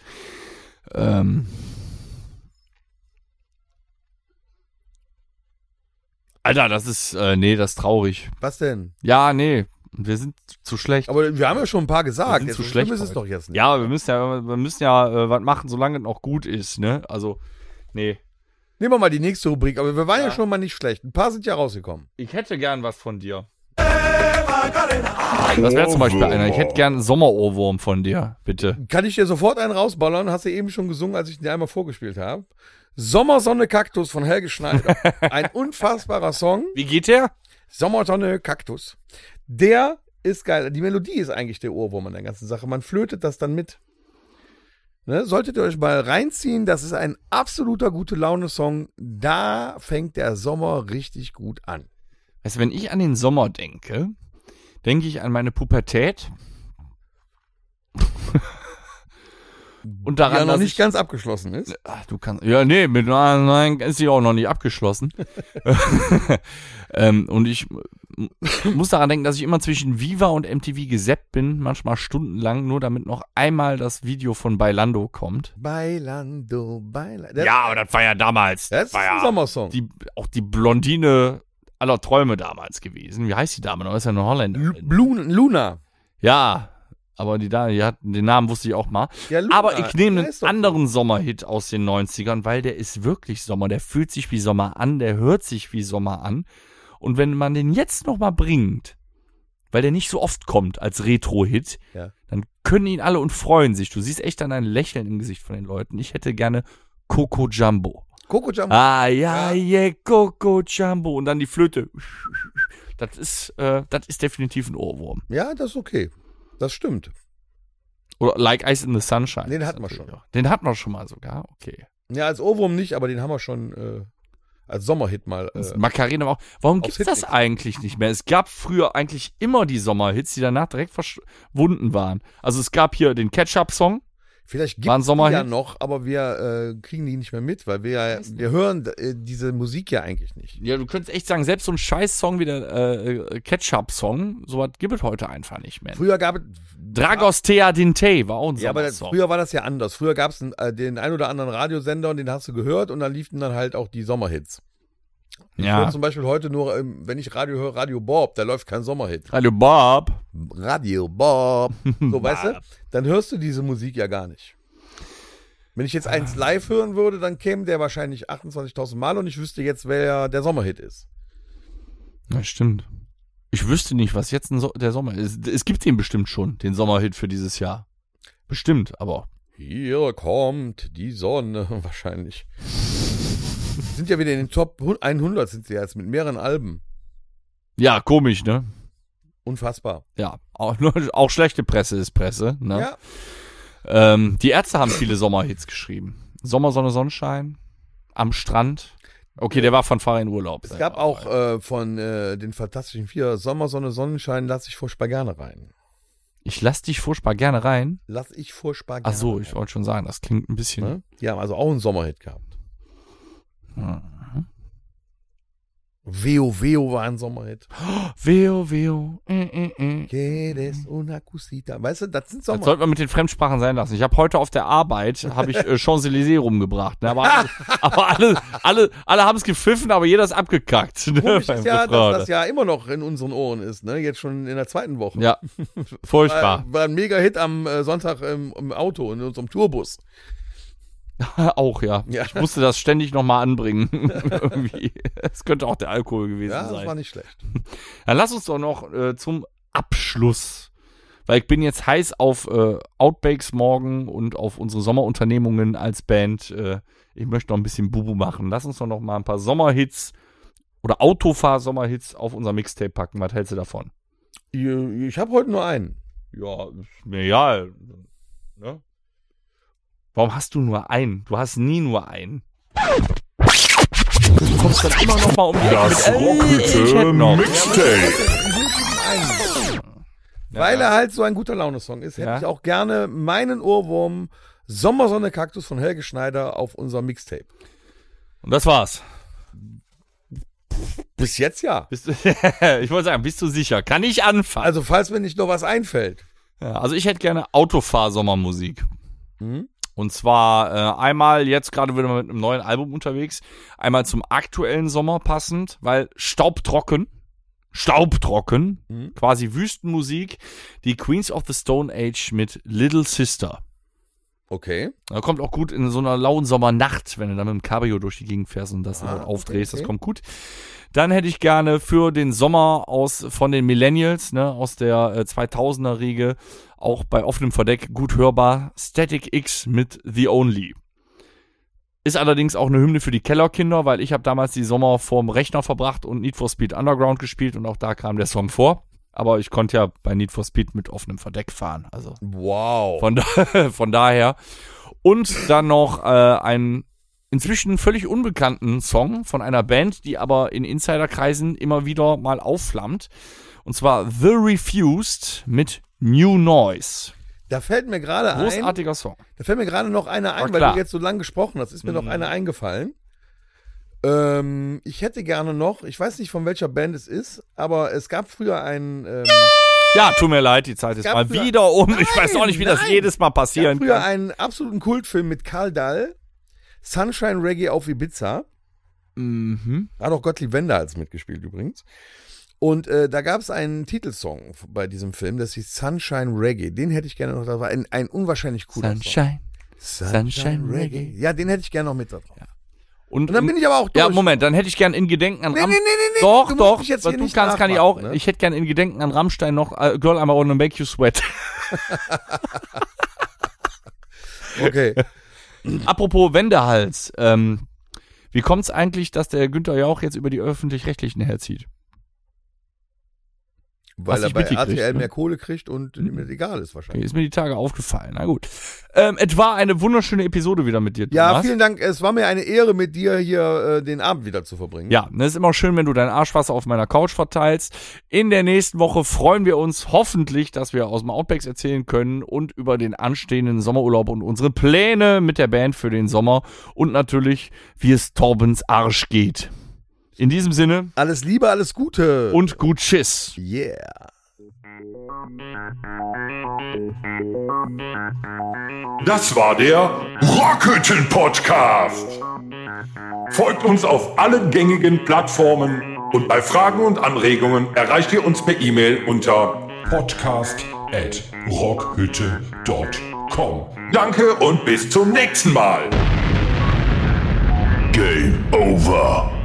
Ähm. Alter, das ist, äh, nee, das ist traurig. Was denn? Ja, nee, wir sind zu schlecht. Aber wir haben ja schon ein paar gesagt. sind Jetzt zu so schlecht schlimm ist es heute. doch jetzt nicht. ja, wir müssen ja, wir müssen ja äh, was machen, solange es noch gut ist, ne? Also, nee. Nehmen wir mal die nächste Rubrik, aber wir waren ja, schon mal nicht schlecht. Ein paar sind ja rausgekommen. Ich hätte gern was von dir. Das wäre zum Beispiel einer. Ich hätte gern einen Sommerohrwurm von dir, bitte. Kann ich dir sofort einen rausballern? Hast du eben schon gesungen, als ich dir einmal vorgespielt habe. Sommersonne Kaktus von Helge Schneider. Ein unfassbarer Song. Wie geht der? Sommersonne Kaktus. Der ist geil. Die Melodie ist eigentlich der Ohrwurm an der ganzen Sache. Man flötet das dann mit. Ne? Solltet ihr euch mal reinziehen, das ist ein absoluter gute Laune-Song. Da fängt der Sommer richtig gut an. Weißt du, wenn ich an den Sommer denke, denke ich an meine Pubertät. Und Die ja daran, noch dass nicht ich, Ne. ganz abgeschlossen ist. ach, du kannst, ja, nee, mit, ah, nein, ist sie auch noch nicht abgeschlossen. ähm, und ich m- muss daran denken, dass ich immer zwischen Viva und MTV gesäppt bin, manchmal stundenlang, nur damit noch einmal das Video von Bailando kommt. Bailando, Bailando. ja, aber das war ja damals. Das ist war ein ja Sommersong. die, auch die Blondine aller Träume damals gewesen. Wie heißt die Dame? noch? ist ja eine Lu- Holländerin. Blu- Luna. Ja, aber die da, die hat, den Namen wusste ich auch mal. Ja, Luna. Aber ich nehme Ja, einen ist doch anderen Sommerhit aus den 90ern, weil der ist wirklich Sommer. Der fühlt sich wie Sommer an, der hört sich wie Sommer an. Und wenn man den jetzt nochmal bringt, weil der nicht so oft kommt als Retro-Hit, Ja. dann können ihn alle und freuen sich. Du siehst echt dann ein Lächeln im Gesicht von den Leuten. Ich hätte gerne Coco Jumbo. so. Coco Jumbo. Ah, ja, yeah, Coco Jumbo. Und dann die Flöte. Das ist, äh, das ist definitiv ein Ohrwurm. Ja, das ist okay. Das stimmt. Oder Like Ice in the Sunshine. Den hatten wir Natürlich schon. auch. Den hatten wir schon mal sogar, okay. Ja, als Ohrwurm nicht, aber den haben wir schon äh, als Sommerhit mal. Das Äh, Macarena war auch. Warum aus gibt's Hit das nichts. eigentlich nicht mehr? Es gab früher eigentlich immer die Sommerhits, die danach direkt verschwunden waren. Also es gab hier den Ketchup-Song. vielleicht gibt War ein es Sommerhit? ja noch, aber wir äh, kriegen die nicht mehr mit, weil wir, ja- wir hören äh, diese Musik ja eigentlich nicht. Ja, du könntest echt sagen, selbst so ein Scheiß-Song wie der äh, äh, Ketchup-Song, sowas gibt es heute einfach nicht mehr. Früher gab es. Dragos Thea Dinte war auch ein Ja, aber das, Sommersong. früher war das ja anders. Früher gab es äh, den ein oder anderen Radiosender und den hast du gehört und dann liefen dann halt auch die Sommerhits. Ich höre ja. zum Beispiel heute nur, ähm, wenn ich Radio höre, Radio Bob, da läuft kein Sommerhit. Radio Bob. Radio Bob. So, weißt du? Dann hörst du diese Musik ja gar nicht. Wenn ich jetzt eins Ah. live hören würde, dann käme der wahrscheinlich 28.000 Mal und ich wüsste jetzt, wer der Sommerhit ist. Ja, stimmt. Ich wüsste nicht, was jetzt ein so der Sommer ist. Es gibt den bestimmt schon, den Sommerhit für dieses Jahr. Bestimmt, aber. Hier kommt die Sonne, wahrscheinlich. Sind ja wieder in den Top 100, sind sie jetzt mit mehreren Alben. Ja, komisch, ne? Unfassbar. Ja, auch, auch schlechte Presse ist Presse. Ne? Ja, Ähm, die Ärzte haben viele Sommerhits geschrieben. Sommer, Sonne, Sonnenschein, am Strand. Okay, der war von Fahrer in Urlaub. Es gab auch äh, von äh, den Fantastischen Vier Sommersonne, Sonnenschein, lass ich furchtbar gerne rein. Ich lass dich furchtbar gerne rein. Lass ich furchtbar Ach gerne so, rein. ich wollte schon sagen, das klingt ein bisschen. Ne? Die haben also auch einen Sommerhit gehabt. Mhm. Veo Veo war ein Sommerhit. Veo, veo. Mm, mm, mm. Quedes una cosita. Weißt du, das sind Das Sommer. sollten wir mit den Fremdsprachen sein lassen. Ich habe heute auf der Arbeit habe ich äh, Champs-Élysées rumgebracht. Ne? Aber, alle, aber alle, alle, alle haben es gepfiffen, aber jeder ist abgekackt. Ne? Komisch beim ist ja, Refrain. dass das ja immer noch in unseren Ohren ist, ne? Jetzt schon in der zweiten Woche. ja, furchtbar. War, war ein mega Hit am äh, Sonntag im, im Auto, in unserem Tourbus. Auch ja. Ja. Ich musste das ständig nochmal anbringen. Irgendwie. Es könnte auch der Alkohol gewesen Ja, das sein. war nicht schlecht. Dann lass uns doch noch äh, zum Abschluss, weil ich bin jetzt heiß auf äh, Outbakes morgen und auf unsere Sommerunternehmungen als Band. Äh, ich möchte noch ein bisschen Bubu machen. Lass uns doch noch mal ein paar Sommerhits oder Autofahr-Sommerhits auf unser Mixtape packen. Was hältst du davon? Ich, ich habe heute nur einen. Ja, ist mir egal. Ne? Warum hast du nur einen? Du hast nie nur einen. Du kommst dann immer noch mal um die Ecke Das mit, äh, ich hätte ruckelte noch. Mixtape. Weil er halt so ein guter Laune-Song ist, hätte Ja. ich auch gerne meinen Ohrwurm Sommersonne Kaktus von Helge Schneider auf unser Mixtape. Und das war's. Bis jetzt ja. Bist du, ich wollte sagen, bist du sicher? Kann ich anfangen? Also, falls mir nicht noch was einfällt. ja, also ich hätte gerne Autofahr-Sommermusik. Mhm. Und zwar äh, einmal, jetzt gerade wieder mit einem neuen Album unterwegs, einmal zum aktuellen Sommer passend, weil staubtrocken, staubtrocken, Mhm. quasi Wüstenmusik, die Queens of the Stone Age mit Little Sister. Okay. Da kommt auch gut in so einer lauen Sommernacht, wenn du dann mit dem Cabrio durch die Gegend fährst und das Ah, dann aufdrehst, okay, okay. das kommt gut. Dann hätte ich gerne für den Sommer aus von den Millennials, ne, aus der äh, 2000er Riege, auch bei offenem Verdeck gut hörbar, Static X mit The Only. Ist allerdings auch eine Hymne für die Kellerkinder, weil ich habe damals die Sommer vorm Rechner verbracht und Need for Speed Underground gespielt und auch da kam der Song vor. Aber ich konnte ja bei Need for Speed mit offenem Verdeck fahren, also Wow. von, da, von daher. Und dann noch äh, einen inzwischen völlig unbekannten Song von einer Band, die aber in Insiderkreisen immer wieder mal aufflammt. Und zwar The Refused mit New Noise. Da fällt mir gerade ein. Großartiger Song. Da fällt mir gerade noch einer ein, Na weil klar. Mhm. du jetzt so lang gesprochen hast. Ist mir noch einer eingefallen. Ähm, ich hätte gerne noch, ich weiß nicht von welcher Band es ist, aber es gab früher einen, Mhm. ähm, Ja, tut mir leid, die Zeit ist gab mal früher- wieder um. ich weiß auch nicht, wie das nein. jedes Mal es gab passieren früher kann. einen absoluten Kultfilm mit Karl Dahl, Sunshine Reggae auf Ibiza. Mhm. Da hat auch Gottlieb Wendehals mitgespielt übrigens. Und äh, da gab es einen Titelsong f- bei diesem Film, das hieß Sunshine Reggae. Den hätte ich gerne noch, das war ein, ein unwahrscheinlich cooler Sunshine. Song. Sunshine Reggae. Ja, den hätte ich gerne noch mit da drauf. Und, Und dann in- bin ich aber auch durch. ja, Moment, dann hätte ich gern in Gedenken an Nee, Ram nee, nee, nee, nee, Doch, du musst doch, mich jetzt was hier du nicht kannst, kann ich auch. nachmachen, ne? Ich hätte gern in Gedenken an Rammstein noch äh, Girl, I'm gonna make you sweat. Okay. Apropos Wendehals, ähm, wie kommt es eigentlich, dass der Günther Jauch jetzt über die öffentlich-rechtlichen herzieht? Weil Was er ich bei mitgekriegt, Hm. RTL ne? mehr Kohle kriegt und ihm das egal ist wahrscheinlich. Ist mir die Tage aufgefallen. Na gut. Ähm, es war eine wunderschöne Episode wieder mit dir, Ja, Thomas. vielen Dank. Es war mir eine Ehre, mit dir hier äh, den Abend wieder zu verbringen. Ja, ne, ist immer schön, wenn du dein Arschwasser auf meiner Couch verteilst. In der nächsten Woche freuen wir uns hoffentlich, dass wir aus dem Outbacks erzählen können und über den anstehenden Sommerurlaub und unsere Pläne mit der Band für den Sommer und natürlich, wie es Torbens Arsch geht. In diesem Sinne Alles Liebe, alles Gute. und gut Tschüss. yeah. Das war der Rockhütten Podcast. Folgt uns auf allen gängigen Plattformen und bei Fragen und Anregungen erreicht ihr uns per E-Mail unter podcast at rockhütte.com. Danke und bis zum nächsten Mal. Game over.